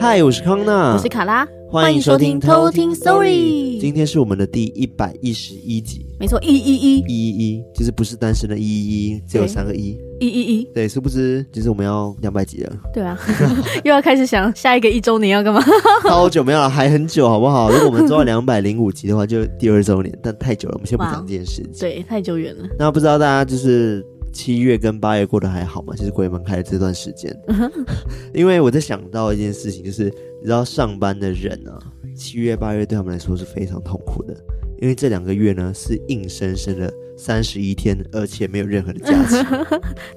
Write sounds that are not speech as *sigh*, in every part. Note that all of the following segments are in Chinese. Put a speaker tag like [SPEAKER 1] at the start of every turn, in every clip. [SPEAKER 1] 嗨，我是康娜，
[SPEAKER 2] 我是卡拉，
[SPEAKER 1] 欢迎收听
[SPEAKER 2] 偷听 Story
[SPEAKER 1] 今天是我们的第一百一十一集，
[SPEAKER 2] 没错，一一一
[SPEAKER 1] 一一一就是不是单身的一一一，只有
[SPEAKER 2] 对
[SPEAKER 1] 三个一。
[SPEAKER 2] 一一一，
[SPEAKER 1] 对，殊不知就是我们要两百集了，
[SPEAKER 2] 对啊， *laughs* 又要开始想下一个一周年要干嘛？
[SPEAKER 1] *laughs*
[SPEAKER 2] *laughs*
[SPEAKER 1] 超久没有了，还很久，好不好？如果我们做到两百零五集的话，就第二周年，但太久了，我们先不
[SPEAKER 2] 哇
[SPEAKER 1] 讲这件事情。
[SPEAKER 2] 对，太久远了。
[SPEAKER 1] 那不知道大家就是七月跟八月过得还好吗？就是鬼门开的这段时间，
[SPEAKER 2] 嗯
[SPEAKER 1] *laughs* 因为我在想到一件事情，就是你知道上班的人啊，七月八月对他们来说是非常痛苦的，因为这两个月呢是硬生生的三十一天，而且没有任何的假
[SPEAKER 2] *laughs*
[SPEAKER 1] 期。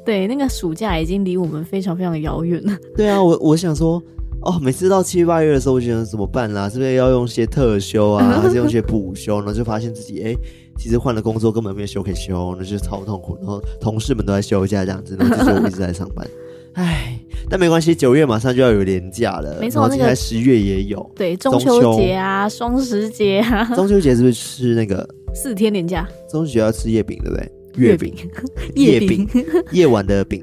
[SPEAKER 2] 对，那个暑假已经离我们非常非常遥远了。
[SPEAKER 1] 对啊，我我想说，哦，每次到七八月的时候，我就想怎么办啦、是不是要用些特休啊，还是用些补休？然后就发现自己哎、诶其实换了工作根本没有休可以休，那就超痛苦。然后同事们都在休假这样子，然后就是我一直在上班，唉。但没关系，九月马上就要有年假了，
[SPEAKER 2] 没错
[SPEAKER 1] 然后接下
[SPEAKER 2] 那
[SPEAKER 1] 来
[SPEAKER 2] 个
[SPEAKER 1] 十月也
[SPEAKER 2] *laughs*
[SPEAKER 1] 有。
[SPEAKER 2] 对，中
[SPEAKER 1] 中秋
[SPEAKER 2] 秋节啊，双十节啊，
[SPEAKER 1] 中秋节是不是吃那个？
[SPEAKER 2] 四天连假，
[SPEAKER 1] 中秋节要吃月饼，对不对？
[SPEAKER 2] 月
[SPEAKER 1] 月饼，
[SPEAKER 2] 饼、
[SPEAKER 1] 月
[SPEAKER 2] 夜
[SPEAKER 1] 饼
[SPEAKER 2] 饼，
[SPEAKER 1] 夜晚的饼，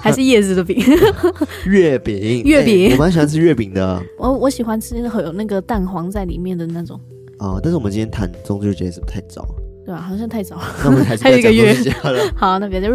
[SPEAKER 2] 还是叶子的饼。 *laughs*
[SPEAKER 1] 月饼，
[SPEAKER 2] 月
[SPEAKER 1] 哎
[SPEAKER 2] 饼
[SPEAKER 1] 我蛮喜欢吃月饼的。啊
[SPEAKER 2] 我我喜欢吃有那个蛋黄在里面的那种，
[SPEAKER 1] 哦，但是我们今天谈中秋节是不是太早？
[SPEAKER 2] 对吧、好像太早了。
[SPEAKER 1] 那我们 *laughs* 还是
[SPEAKER 2] 还有一个
[SPEAKER 1] 不要
[SPEAKER 2] 月
[SPEAKER 1] 讲东西好了。
[SPEAKER 2] 好，那别再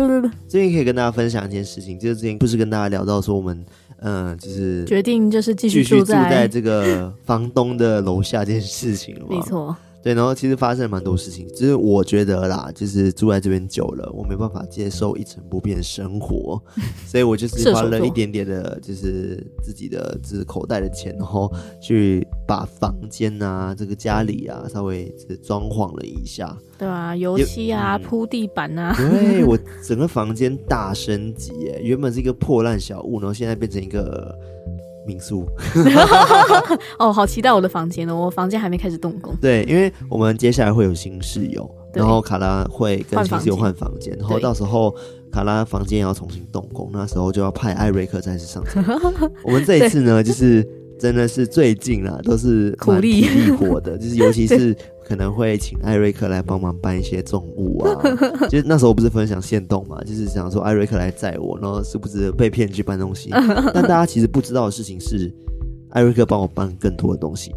[SPEAKER 1] 最近可以跟大家分享一件事情，就是之前不是跟大家聊到说我们，嗯、就是
[SPEAKER 2] 决定就是继
[SPEAKER 1] 继
[SPEAKER 2] 续
[SPEAKER 1] 续
[SPEAKER 2] 住
[SPEAKER 1] 住在
[SPEAKER 2] 在，
[SPEAKER 1] 这个房东的楼下这件事情了嘛？
[SPEAKER 2] 没，错，
[SPEAKER 1] 对。然后其实发生了蛮多事情，就是我觉得啦，就是住在这边久了，我没办法接受一成不变的生 *laughs* 活，所以我就是
[SPEAKER 2] 射手
[SPEAKER 1] 花了
[SPEAKER 2] 座
[SPEAKER 1] 一点点的，就是自己的就是口袋的钱，然后去把房间啊、这个家里啊稍微就是装潢了一下。
[SPEAKER 2] 对啊，油
[SPEAKER 1] 也
[SPEAKER 2] 漆啊，
[SPEAKER 1] 嗯
[SPEAKER 2] 铺地板
[SPEAKER 1] *laughs*
[SPEAKER 2] 啊，
[SPEAKER 1] 对我整个房间大升级耶，原本是一个破烂小屋，然后现在变成一个民宿。 *laughs*
[SPEAKER 2] 哦，好期待我的房间哦！我房间还没开始动工，
[SPEAKER 1] 对，因为我们接下来会有新室友，
[SPEAKER 2] 对
[SPEAKER 1] 然后卡拉会跟
[SPEAKER 2] 换
[SPEAKER 1] 新
[SPEAKER 2] 房
[SPEAKER 1] 室友
[SPEAKER 2] 间
[SPEAKER 1] 换房间，然后
[SPEAKER 2] 对
[SPEAKER 1] 到时候卡拉房间也要重新动工，那时候就要派艾瑞克再次上场。 *laughs* 我们这一次呢，就是真的是最近啦，都是
[SPEAKER 2] 苦
[SPEAKER 1] 蛮
[SPEAKER 2] 力
[SPEAKER 1] 体力活
[SPEAKER 2] *laughs*
[SPEAKER 1] 的，就是尤其是。可能会请艾瑞克来帮忙搬一些重物
[SPEAKER 2] *laughs*
[SPEAKER 1] 啊，就是那时候不是分享线动嘛，就是想说艾瑞克来载我，然后是不是被骗去搬东西？但大家其实不知道的事情是，艾瑞克帮我搬更多的东
[SPEAKER 2] *laughs*
[SPEAKER 1] 西，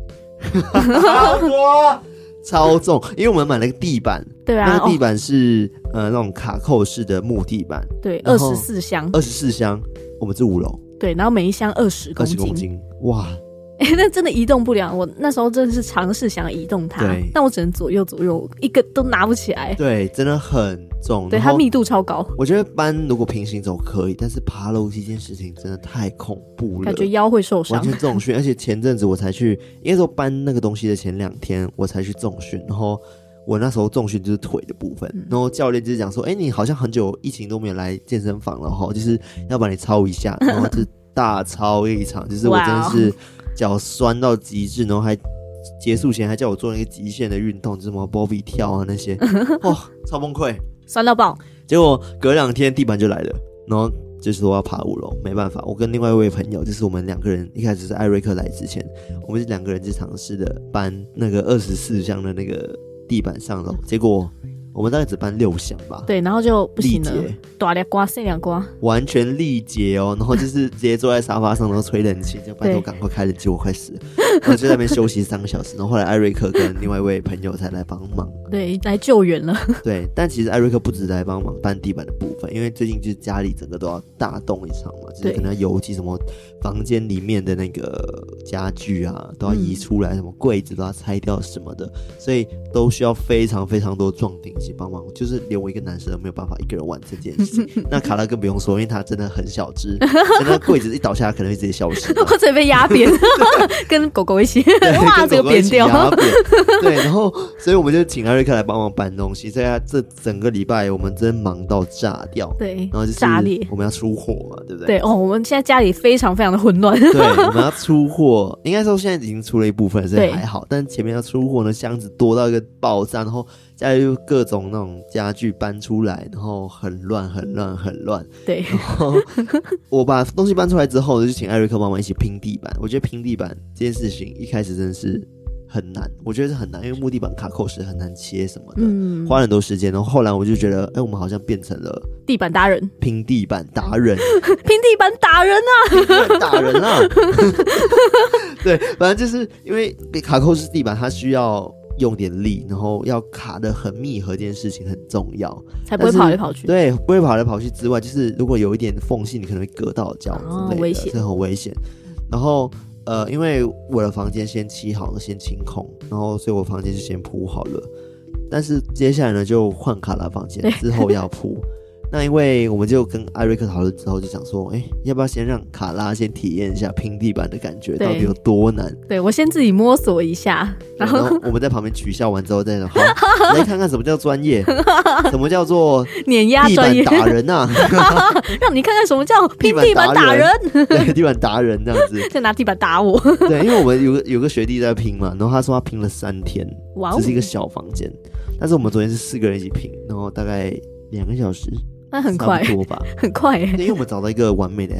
[SPEAKER 1] 好多超重，因为我们买了个地板，
[SPEAKER 2] 对啊
[SPEAKER 1] 那，个
[SPEAKER 2] 哦
[SPEAKER 1] 地，板是、呃那种卡扣式的木地板，
[SPEAKER 2] 对，
[SPEAKER 1] 然
[SPEAKER 2] 二
[SPEAKER 1] 后
[SPEAKER 2] 十四箱，
[SPEAKER 1] 二十四箱，我们住五楼，
[SPEAKER 2] 对，然后每一箱二十
[SPEAKER 1] 二
[SPEAKER 2] 公
[SPEAKER 1] 十公
[SPEAKER 2] 斤，
[SPEAKER 1] 斤，哇，
[SPEAKER 2] 哎、 *laughs* 那真的移动不了。我那时候真的是尝试想要移动它
[SPEAKER 1] 对，
[SPEAKER 2] 但我只能左右左右，一个都拿不起来。
[SPEAKER 1] 对，真的很重，
[SPEAKER 2] 对，
[SPEAKER 1] 然
[SPEAKER 2] 它
[SPEAKER 1] 后
[SPEAKER 2] 密度超高，
[SPEAKER 1] 我觉得搬如果平行走可以，但是爬楼梯这件事情真的太恐怖了，
[SPEAKER 2] 感觉腰会受伤
[SPEAKER 1] 完。全重
[SPEAKER 2] *laughs*
[SPEAKER 1] 训，而且前阵子我才去，应该说搬那个东西的前两天我才去重训，然后我那时候重训就是腿的部分，
[SPEAKER 2] 嗯
[SPEAKER 1] 然后教练就是讲说，哎、你好像很久疫情都没有来健身房了哈，就是要把你操一
[SPEAKER 2] *laughs*
[SPEAKER 1] 下，然后就大操一场，就是我真的
[SPEAKER 2] 哦
[SPEAKER 1] 是脚酸到极致，然后还。结束前还叫我做那个极限的运动，就是什么 b o b b y 跳啊那
[SPEAKER 2] *laughs*
[SPEAKER 1] 些，哇、超崩溃。
[SPEAKER 2] 酸到爆，
[SPEAKER 1] 结果隔两天地板就来了，然后就是说我要爬五楼，没办法，我跟另外一位朋友，就是我们两个人一开始是艾瑞克来之前，我们是两个人就尝试的搬那个二十四箱的那个地板上楼，结果我们大概只搬六箱吧，
[SPEAKER 2] 嗯对，然后就不
[SPEAKER 1] 力
[SPEAKER 2] 行了，
[SPEAKER 1] 竭，
[SPEAKER 2] 短两瓜剩两瓜，
[SPEAKER 1] 完全力竭哦，然后就是直接坐在沙发上，然后吹冷气，就拜托
[SPEAKER 2] 对
[SPEAKER 1] 赶快开冷气，我快死了，然后就在那边休息三个小时，然后后来艾瑞克跟另外一位朋友才来帮忙。
[SPEAKER 2] 对，来救援了。 *laughs*
[SPEAKER 1] 对，但其实艾瑞克不止来帮忙搬地板的部分，因为最近就是家里整个都要大动一场嘛，就是
[SPEAKER 2] 对
[SPEAKER 1] 可能要油漆什么，房间里面的那个家具啊都要移
[SPEAKER 2] 嗯
[SPEAKER 1] 出来，什么柜子都要拆掉什么的，所以都需要非常非常多壮丁一起帮忙，就是连我一个男生都没有办法一个人完成这件
[SPEAKER 2] *laughs*
[SPEAKER 1] 事情。那卡拉更不用说，因为他真的很小只，真的柜子一倒下来可能会直接消失的。
[SPEAKER 2] 我直接被
[SPEAKER 1] *laughs*
[SPEAKER 2] 压扁，跟狗狗一起， *laughs*
[SPEAKER 1] 对
[SPEAKER 2] 哇，
[SPEAKER 1] 跟
[SPEAKER 2] 这
[SPEAKER 1] 狗
[SPEAKER 2] 个
[SPEAKER 1] 狗一
[SPEAKER 2] 扁
[SPEAKER 1] 起
[SPEAKER 2] 掉，
[SPEAKER 1] 把它扁
[SPEAKER 2] *laughs*
[SPEAKER 1] 对，然后所以我们就请艾瑞克来帮忙搬东西，所以他这整个礼拜我们真忙到炸掉，
[SPEAKER 2] 对
[SPEAKER 1] 然后就，是
[SPEAKER 2] 炸裂。
[SPEAKER 1] 我们要出货嘛，对不对？
[SPEAKER 2] 对哦，我们现在家里非常非常的混乱。 *laughs*
[SPEAKER 1] 对，我们要出货，应该说现在已经出了一部分，所以
[SPEAKER 2] 对
[SPEAKER 1] 还好。但前面要出货呢，箱子多到一个爆炸，然后家里就各种那种家具搬出来，然后很乱很乱很乱。
[SPEAKER 2] 对，
[SPEAKER 1] 然后我把东西搬出来之后，就请艾瑞克帮忙一起拼地板。我觉得拼地板这件事情一开始真的是很难，我觉得是很难，因为木地板卡扣时很难切什么的，
[SPEAKER 2] 嗯，
[SPEAKER 1] 花了很多时间。然后后来我就觉得，哎、我们好像变成了
[SPEAKER 2] *laughs* 地板达人， *laughs*
[SPEAKER 1] 拼地板达人，
[SPEAKER 2] 平地板达人啊，
[SPEAKER 1] 打人啊！对，反正就是因为卡扣式地板，它需要用点力，然后要卡的很密合，这件事情很重要。
[SPEAKER 2] 才不会
[SPEAKER 1] 但是
[SPEAKER 2] 跑来跑去。
[SPEAKER 1] 对，不会跑来跑去之外，就是如果有一点缝隙，你可能会割到脚
[SPEAKER 2] 哦
[SPEAKER 1] 之类的，
[SPEAKER 2] 危险
[SPEAKER 1] 是很危险。然后呃，因为我的房间先漆好了，先清空，然后所以我房间就先铺好了。但是接下来呢，就换卡拉房间
[SPEAKER 2] 对
[SPEAKER 1] 之后要
[SPEAKER 2] *laughs*
[SPEAKER 1] 铺。那因为我们就跟艾瑞克讨论之后，就想说，哎、要不要先让卡拉先体验一下拼地板的感觉
[SPEAKER 2] 对
[SPEAKER 1] 到底有多难？
[SPEAKER 2] 对我先自己摸索一下， *laughs*
[SPEAKER 1] 然
[SPEAKER 2] 然后
[SPEAKER 1] 后我们在旁边取笑完之后再说，好，来看看什么叫专
[SPEAKER 2] *laughs*
[SPEAKER 1] 业，什么叫做
[SPEAKER 2] 碾压
[SPEAKER 1] 地
[SPEAKER 2] 专
[SPEAKER 1] 板
[SPEAKER 2] 业， *laughs*
[SPEAKER 1] 打人啊呐、
[SPEAKER 2] 让你看看什么叫
[SPEAKER 1] 地
[SPEAKER 2] 平
[SPEAKER 1] 板
[SPEAKER 2] 地板
[SPEAKER 1] 达
[SPEAKER 2] 打人，
[SPEAKER 1] 对，地板达人这样子。
[SPEAKER 2] 就拿地板
[SPEAKER 1] *laughs*
[SPEAKER 2] 打我。
[SPEAKER 1] 对，因为我们有个有个学弟在拼嘛，然后他说他拼了三天，
[SPEAKER 2] 哇哦
[SPEAKER 1] 只，是一个小房间，但是我们昨天是四个人一起拼，然后大概两个小时，
[SPEAKER 2] 那很快
[SPEAKER 1] 差，不多吧。
[SPEAKER 2] *laughs* 很快耶。
[SPEAKER 1] 对因为我们找到一个完美的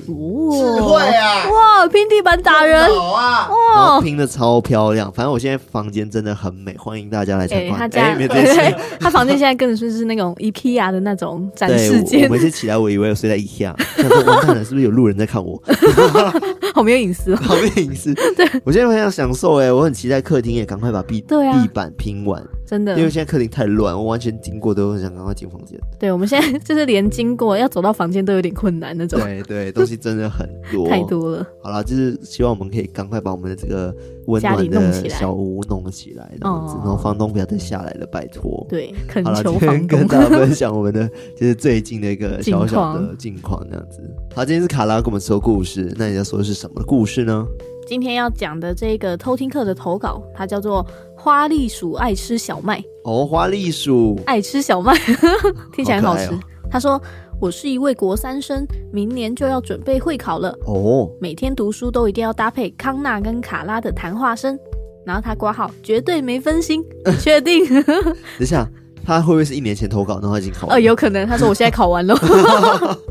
[SPEAKER 3] 智 慧
[SPEAKER 2] 哦，
[SPEAKER 3] 啊，
[SPEAKER 2] 哇，平地板打人
[SPEAKER 3] 好啊，
[SPEAKER 1] 然后
[SPEAKER 2] 哦。
[SPEAKER 1] 拼的超漂亮。反正我现在房间真的很美，欢迎大家来参
[SPEAKER 2] 哎，
[SPEAKER 1] 观
[SPEAKER 2] 他。
[SPEAKER 1] 哎、
[SPEAKER 2] 家
[SPEAKER 1] 没有这
[SPEAKER 2] *laughs*
[SPEAKER 1] 些，
[SPEAKER 2] 他房间现在根本就是那种 IKEA 的那种展
[SPEAKER 1] 对，
[SPEAKER 2] 示
[SPEAKER 1] 我我
[SPEAKER 2] 间，
[SPEAKER 1] 每次起来我以为我睡在一下，想说完蛋了，是不是有路人在看我？
[SPEAKER 2] *laughs* 好没有隐私哦。
[SPEAKER 1] 旁边隐
[SPEAKER 2] *laughs*
[SPEAKER 1] 私。对，我现在很想享受哎、我很期待客厅也赶快把地
[SPEAKER 2] 对啊
[SPEAKER 1] 地板拼完，
[SPEAKER 2] 真的
[SPEAKER 1] 因，为现在客厅太乱，我完全经过都很想赶快进房间。
[SPEAKER 2] 对我们现在就是连经过要走到房间都有点困难那种，
[SPEAKER 1] 对对，东西真的很多，
[SPEAKER 2] 太。多了。
[SPEAKER 1] 好啦，就是希望我们可以赶快把我们的这个温
[SPEAKER 2] 家里
[SPEAKER 1] 暖
[SPEAKER 2] 弄起
[SPEAKER 1] 的
[SPEAKER 2] 来
[SPEAKER 1] 小屋弄起来，这样子，
[SPEAKER 2] 哦
[SPEAKER 1] 然后房东不要再下来了，拜托。
[SPEAKER 2] 对，恳
[SPEAKER 1] 嗯好了，
[SPEAKER 2] 求
[SPEAKER 1] 今
[SPEAKER 2] 房
[SPEAKER 1] 天跟。 *laughs*
[SPEAKER 2] 东
[SPEAKER 1] 大家分享我们的就是最近的一个
[SPEAKER 2] 近
[SPEAKER 1] 小小
[SPEAKER 2] 况
[SPEAKER 1] 的近况，这样子。好，今天是卡拉跟我们说故事，那你要说的是什么故事呢？
[SPEAKER 2] 今天要讲的这个偷听课的投稿，它叫做“花栗鼠爱吃小麦”。
[SPEAKER 1] 哦，花栗鼠，
[SPEAKER 2] 爱吃小麦， *laughs* 听起来很好吃。
[SPEAKER 1] 好可爱哦
[SPEAKER 2] 他说：“我是一位国三生，明年就要准备会考了，
[SPEAKER 1] 哦，
[SPEAKER 2] 每天读书都一定要搭配康纳跟卡拉的谈话声。”然后他挂号，绝对没分心，确定？ *laughs*
[SPEAKER 1] 等一下，他会不会是一年前投稿，然后他已经考完
[SPEAKER 2] 哦，
[SPEAKER 1] 了？
[SPEAKER 2] 有可能。他说我现在考完了。 *laughs*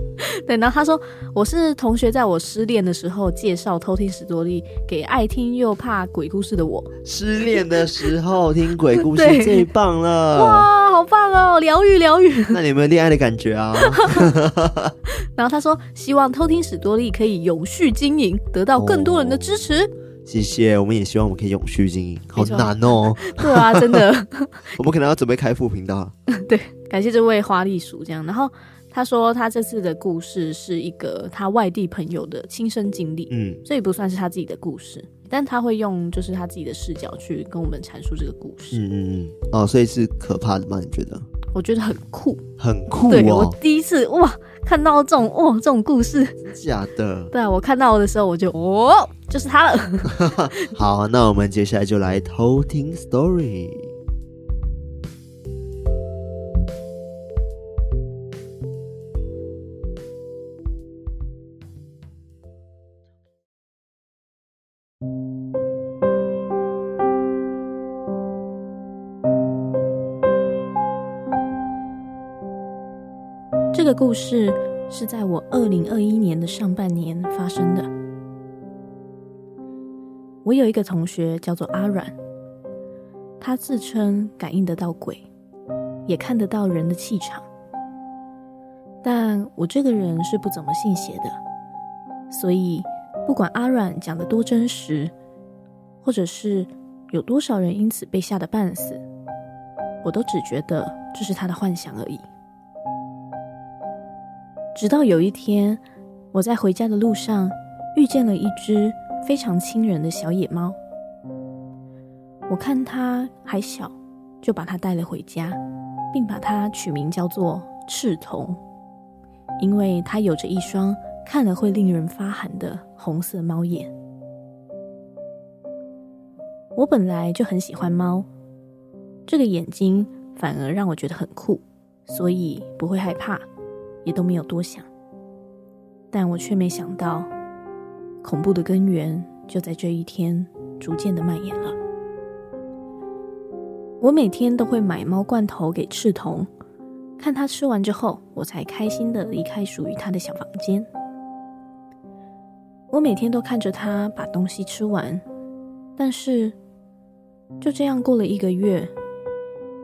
[SPEAKER 2] 对，然后他说我是同学在我失恋的时候介绍偷听史多利给爱听又怕鬼故事的我，
[SPEAKER 1] 失恋的时候听鬼故 *laughs*
[SPEAKER 2] 对
[SPEAKER 1] 事最棒了。
[SPEAKER 2] 哇，好棒哦，疗愈疗愈。 *laughs*
[SPEAKER 1] 那你有没有恋爱的感觉啊？ *laughs*
[SPEAKER 2] 然后他说希望偷听史多利可以永续经营，得到更多人的支持。
[SPEAKER 1] 谢谢，我们也希望我们可以永续经营，好
[SPEAKER 2] 没错
[SPEAKER 1] 难哦。
[SPEAKER 2] 对啊，真的， *laughs*
[SPEAKER 1] 我们可能要准备开副频道了。
[SPEAKER 2] 感谢这位花栗鼠这样。然后他说他这次的故事是一个他外地朋友的亲身经历，
[SPEAKER 1] 嗯，
[SPEAKER 2] 所以不算是他自己的故事，但他会用就是他自己的视角去跟我们阐述这个故事，
[SPEAKER 1] 嗯嗯嗯，哦，所以是可怕的吗？你觉得？
[SPEAKER 2] 我觉得很酷。
[SPEAKER 1] 很酷
[SPEAKER 2] 对我
[SPEAKER 1] 哦，
[SPEAKER 2] 第一次哇看到这种哦这种故事，
[SPEAKER 1] 真假的。
[SPEAKER 2] 对啊，我看到的时候我就哦就是他了。
[SPEAKER 1] 好，那我们接下来就来偷听 story。
[SPEAKER 2] 这个故事是在我二零二一年的上半年发生的。我有一个同学叫做阿软，他自称感应得到鬼，也看得到人的气场，但我这个人是不怎么信邪的，所以不管阿软讲的多真实，或者是有多少人因此被吓得半死，我都只觉得这是他的幻想而已。直到有一天，我在回家的路上遇见了一只非常亲人的小野猫。我看它还小，就把它带了回家，并把它取名叫做赤瞳，因为它有着一双看了会令人发寒的红色猫眼。我本来就很喜欢猫，这个眼睛反而让我觉得很酷，所以不会害怕。也都没有多想。但我却没想到，恐怖的根源就在这一天逐渐的蔓延了。我每天都会买猫罐头给赤童，看他吃完之后，我才开心的离开属于他的小房间。我每天都看着他把东西吃完，但是就这样过了一个月，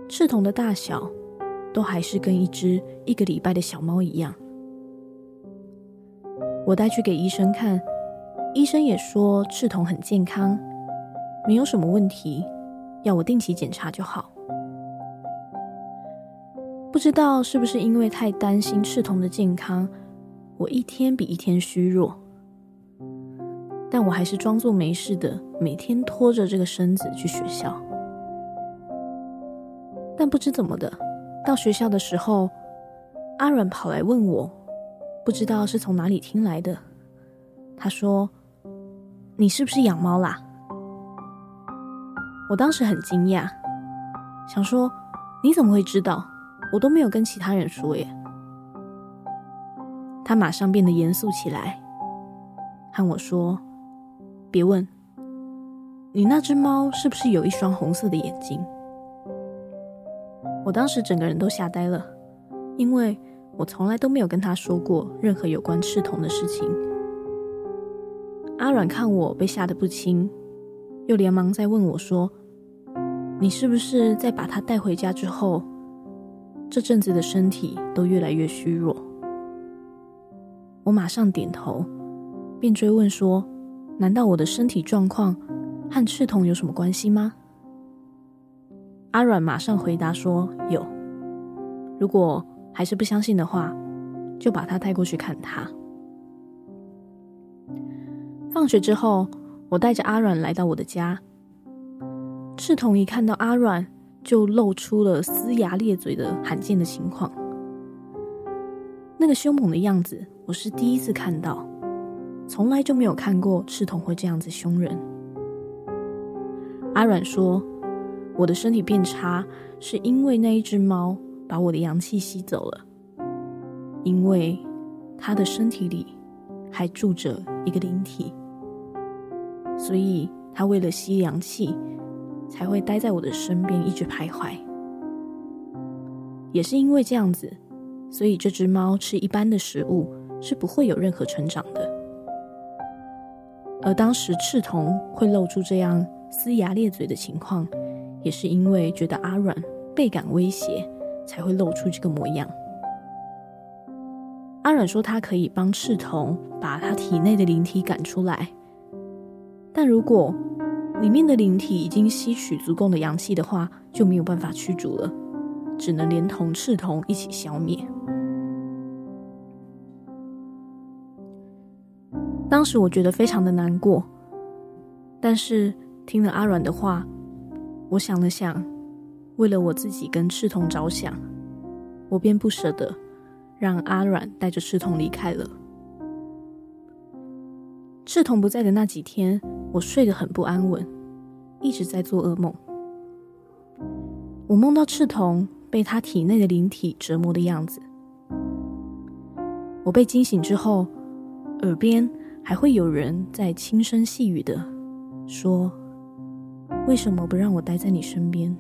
[SPEAKER 2] 赤童的大小都还是跟一只一个礼拜的小猫一样。我带去给医生看，医生也说赤童很健康，没有什么问题，要我定期检查就好。不知道是不是因为太担心赤童的健康，我一天比一天虚弱，但我还是装作没事的，每天拖着这个身子去学校。但不知怎么的，到学校的时候，阿软跑来问我不知道是从哪里听来的。他说：“你是不是养猫啦？”我当时很惊讶，想说：“你怎么会知道？我都没有跟其他人说耶。”他马上变得严肃起来，和我说：“别问，你那只猫是不是有一双红色的眼睛？”我当时整个人都吓呆了，因为我从来都没有跟他说过任何有关赤瞳的事情。阿软看我被吓得不轻，又连忙再问我说：“你是不是在把它带回家之后，这阵子的身体都越来越虚弱？”我马上点头，便追问说：“难道我的身体状况和赤瞳有什么关系吗？”阿软马上回答说：“有。如果还是不相信的话，就把他带过去看他。”放学之后，我带着阿软来到我的家。赤瞳一看到阿软，就露出了龇牙咧嘴的罕见的情况。那个凶猛的样子，我是第一次看到，从来就没有看过赤瞳会这样子凶人。阿软说：“我的身体变差，是因为那一只猫把我的阳气吸走了，因为它的身体里还住着一个灵体，所以它为了吸阳气，才会待在我的身边一直徘徊。也是因为这样子，所以这只猫吃一般的食物是不会有任何成长的。而当时赤瞳会露出这样龇牙咧嘴的情况，也是因为觉得阿软倍感威胁，才会露出这个模样。阿软说他可以帮赤瞳把他体内的灵体赶出来，但如果里面的灵体已经吸取足够的阳气的话，就没有办法驱逐了，只能连同赤瞳一起消灭。当时我觉得非常的难过，但是听了阿软的话，我想了想，为了我自己跟赤瞳着想，我便不舍得让阿软带着赤瞳离开了。赤瞳不在的那几天，我睡得很不安稳，一直在做噩梦。我梦到赤瞳被他体内的灵体折磨的样子。我被惊醒之后，耳边还会有人在轻声细语的说：“为什么不让我待在你身边？”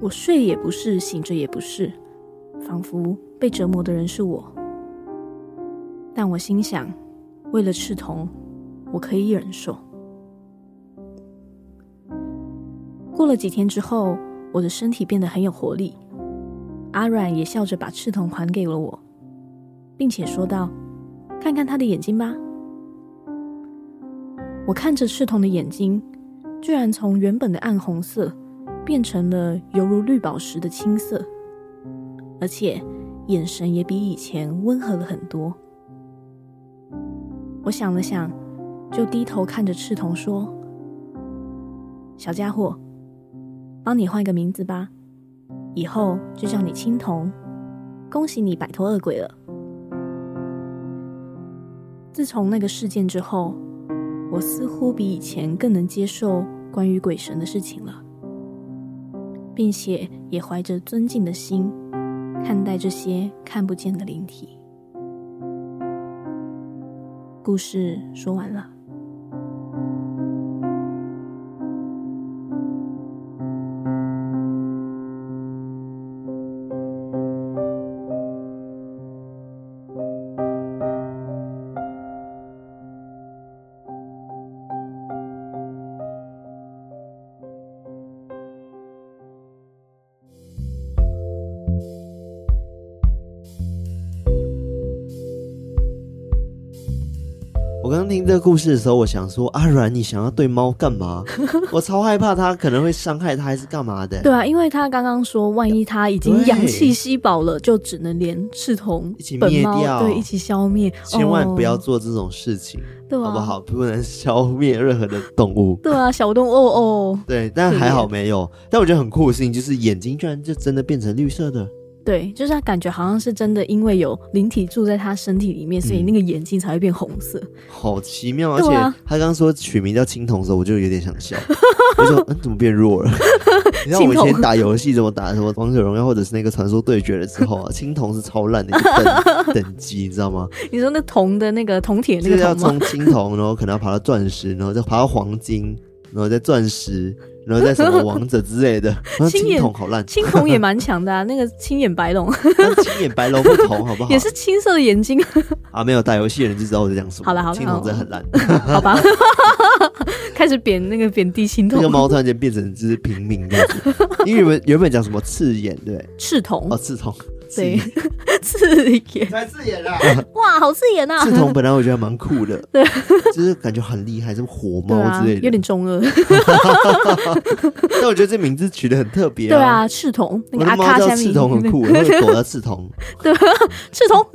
[SPEAKER 2] 我睡也不是，醒着也不是，仿佛被折磨的人是我。但我心想，为了赤瞳，我可以忍受。过了几天之后，我的身体变得很有活力。阿软也笑着把赤瞳还给了我，并且说道：“看看他的眼睛吧。”我看着赤瞳的眼睛，居然从原本的暗红色变成了犹如绿宝石的青色，而且眼神也比以前温和了很多。我想了想，就低头看着赤瞳说：“小家伙，帮你换个名字吧，以后就叫你青铜。恭喜你摆脱恶鬼了。”自从那个事件之后，我似乎比以前更能接受关于鬼神的事情了，并且也怀着尊敬的心看待这些看不见的灵体。故事说完了。
[SPEAKER 1] 刚听这个故事的时候，我想说，阿然，你想要对猫干
[SPEAKER 2] *laughs*
[SPEAKER 1] 嘛？我超害怕它可能会伤害它，还是干嘛的？
[SPEAKER 2] 对啊，因为他刚刚说，万一他已经阳气吸饱了，就只能连视同
[SPEAKER 1] 一起
[SPEAKER 2] 本
[SPEAKER 1] 灭
[SPEAKER 2] 猫
[SPEAKER 1] 掉
[SPEAKER 2] 对一起消灭，
[SPEAKER 1] 千万不要
[SPEAKER 2] 哦、
[SPEAKER 1] 做这种事情，
[SPEAKER 2] 对啊、
[SPEAKER 1] 好不好？不能消灭任何的动物。
[SPEAKER 2] 对啊，小动物哦哦，
[SPEAKER 1] 对，但还好没有。但我觉得很酷的事情就是眼睛居然就真的变成绿色的，
[SPEAKER 2] 对，就是他感觉好像是真的，因为有灵体住在他身体里面，所以
[SPEAKER 1] 嗯
[SPEAKER 2] 那个眼睛才会变红色。 *laughs*
[SPEAKER 1] 好奇妙。而且
[SPEAKER 2] 对啊
[SPEAKER 1] 他刚刚说取名叫青铜的时候，我就有点想笑， *laughs* 我就想嗯，怎么变
[SPEAKER 2] *laughs*
[SPEAKER 1] 弱了？你知道我们以
[SPEAKER 2] 青
[SPEAKER 1] 前
[SPEAKER 2] 铜
[SPEAKER 1] 打游戏怎么打什么王者荣耀或者是那个传说对决了之
[SPEAKER 2] *laughs*
[SPEAKER 1] 后啊，青铜是超烂的一个等等级，你知道吗？
[SPEAKER 2] 你说那铜的那个铜铁那
[SPEAKER 1] 这个要
[SPEAKER 2] 个铜吗？
[SPEAKER 1] 从青铜，然后可能要爬到钻石，然后再爬到黄金，然后再钻石，然后再什么王者之类
[SPEAKER 2] *laughs*
[SPEAKER 1] 的。然后
[SPEAKER 2] 青
[SPEAKER 1] 青
[SPEAKER 2] 眼
[SPEAKER 1] 铜好烂，
[SPEAKER 2] 青铜也蛮
[SPEAKER 1] *laughs*
[SPEAKER 2] 强的啊，那个青眼白龙
[SPEAKER 1] 但青眼白龙不同，好不好？
[SPEAKER 2] *laughs* 也是青色的眼睛，
[SPEAKER 1] *laughs* 啊，没有打游戏的人就知道我在讲什么。
[SPEAKER 2] 好啦哦好啦
[SPEAKER 1] 青铜真的很烂。
[SPEAKER 2] 好吧？ *laughs* 开始贬那个贬低青
[SPEAKER 1] 那个
[SPEAKER 2] 铜，
[SPEAKER 1] 猫突然间变成就是平民这样子，因为原本原本讲什么刺眼对不对，
[SPEAKER 2] 赤铜
[SPEAKER 1] 哦，刺桐，刺
[SPEAKER 2] 对
[SPEAKER 1] 眼，
[SPEAKER 2] 刺眼，
[SPEAKER 1] 才刺眼啊啦。
[SPEAKER 2] 哇，好刺眼
[SPEAKER 1] *laughs*
[SPEAKER 2] 啊！
[SPEAKER 1] 刺桐本来我觉得蛮酷
[SPEAKER 2] *laughs*
[SPEAKER 1] 的，对， *laughs* 就是感觉很厉害，什么火猫
[SPEAKER 2] 对啊
[SPEAKER 1] 之类，的。
[SPEAKER 2] 有点中二。
[SPEAKER 1] 但我觉得这名字取得很特别。
[SPEAKER 2] 对。啊，赤铜
[SPEAKER 1] 我
[SPEAKER 2] 那个
[SPEAKER 1] 的
[SPEAKER 2] 阿
[SPEAKER 1] 猫
[SPEAKER 2] 卡
[SPEAKER 1] 叫
[SPEAKER 2] 下
[SPEAKER 1] 刺
[SPEAKER 2] 面，
[SPEAKER 1] 桐很
[SPEAKER 2] *laughs*
[SPEAKER 1] 酷，我的狗叫刺桐，
[SPEAKER 2] 赤铜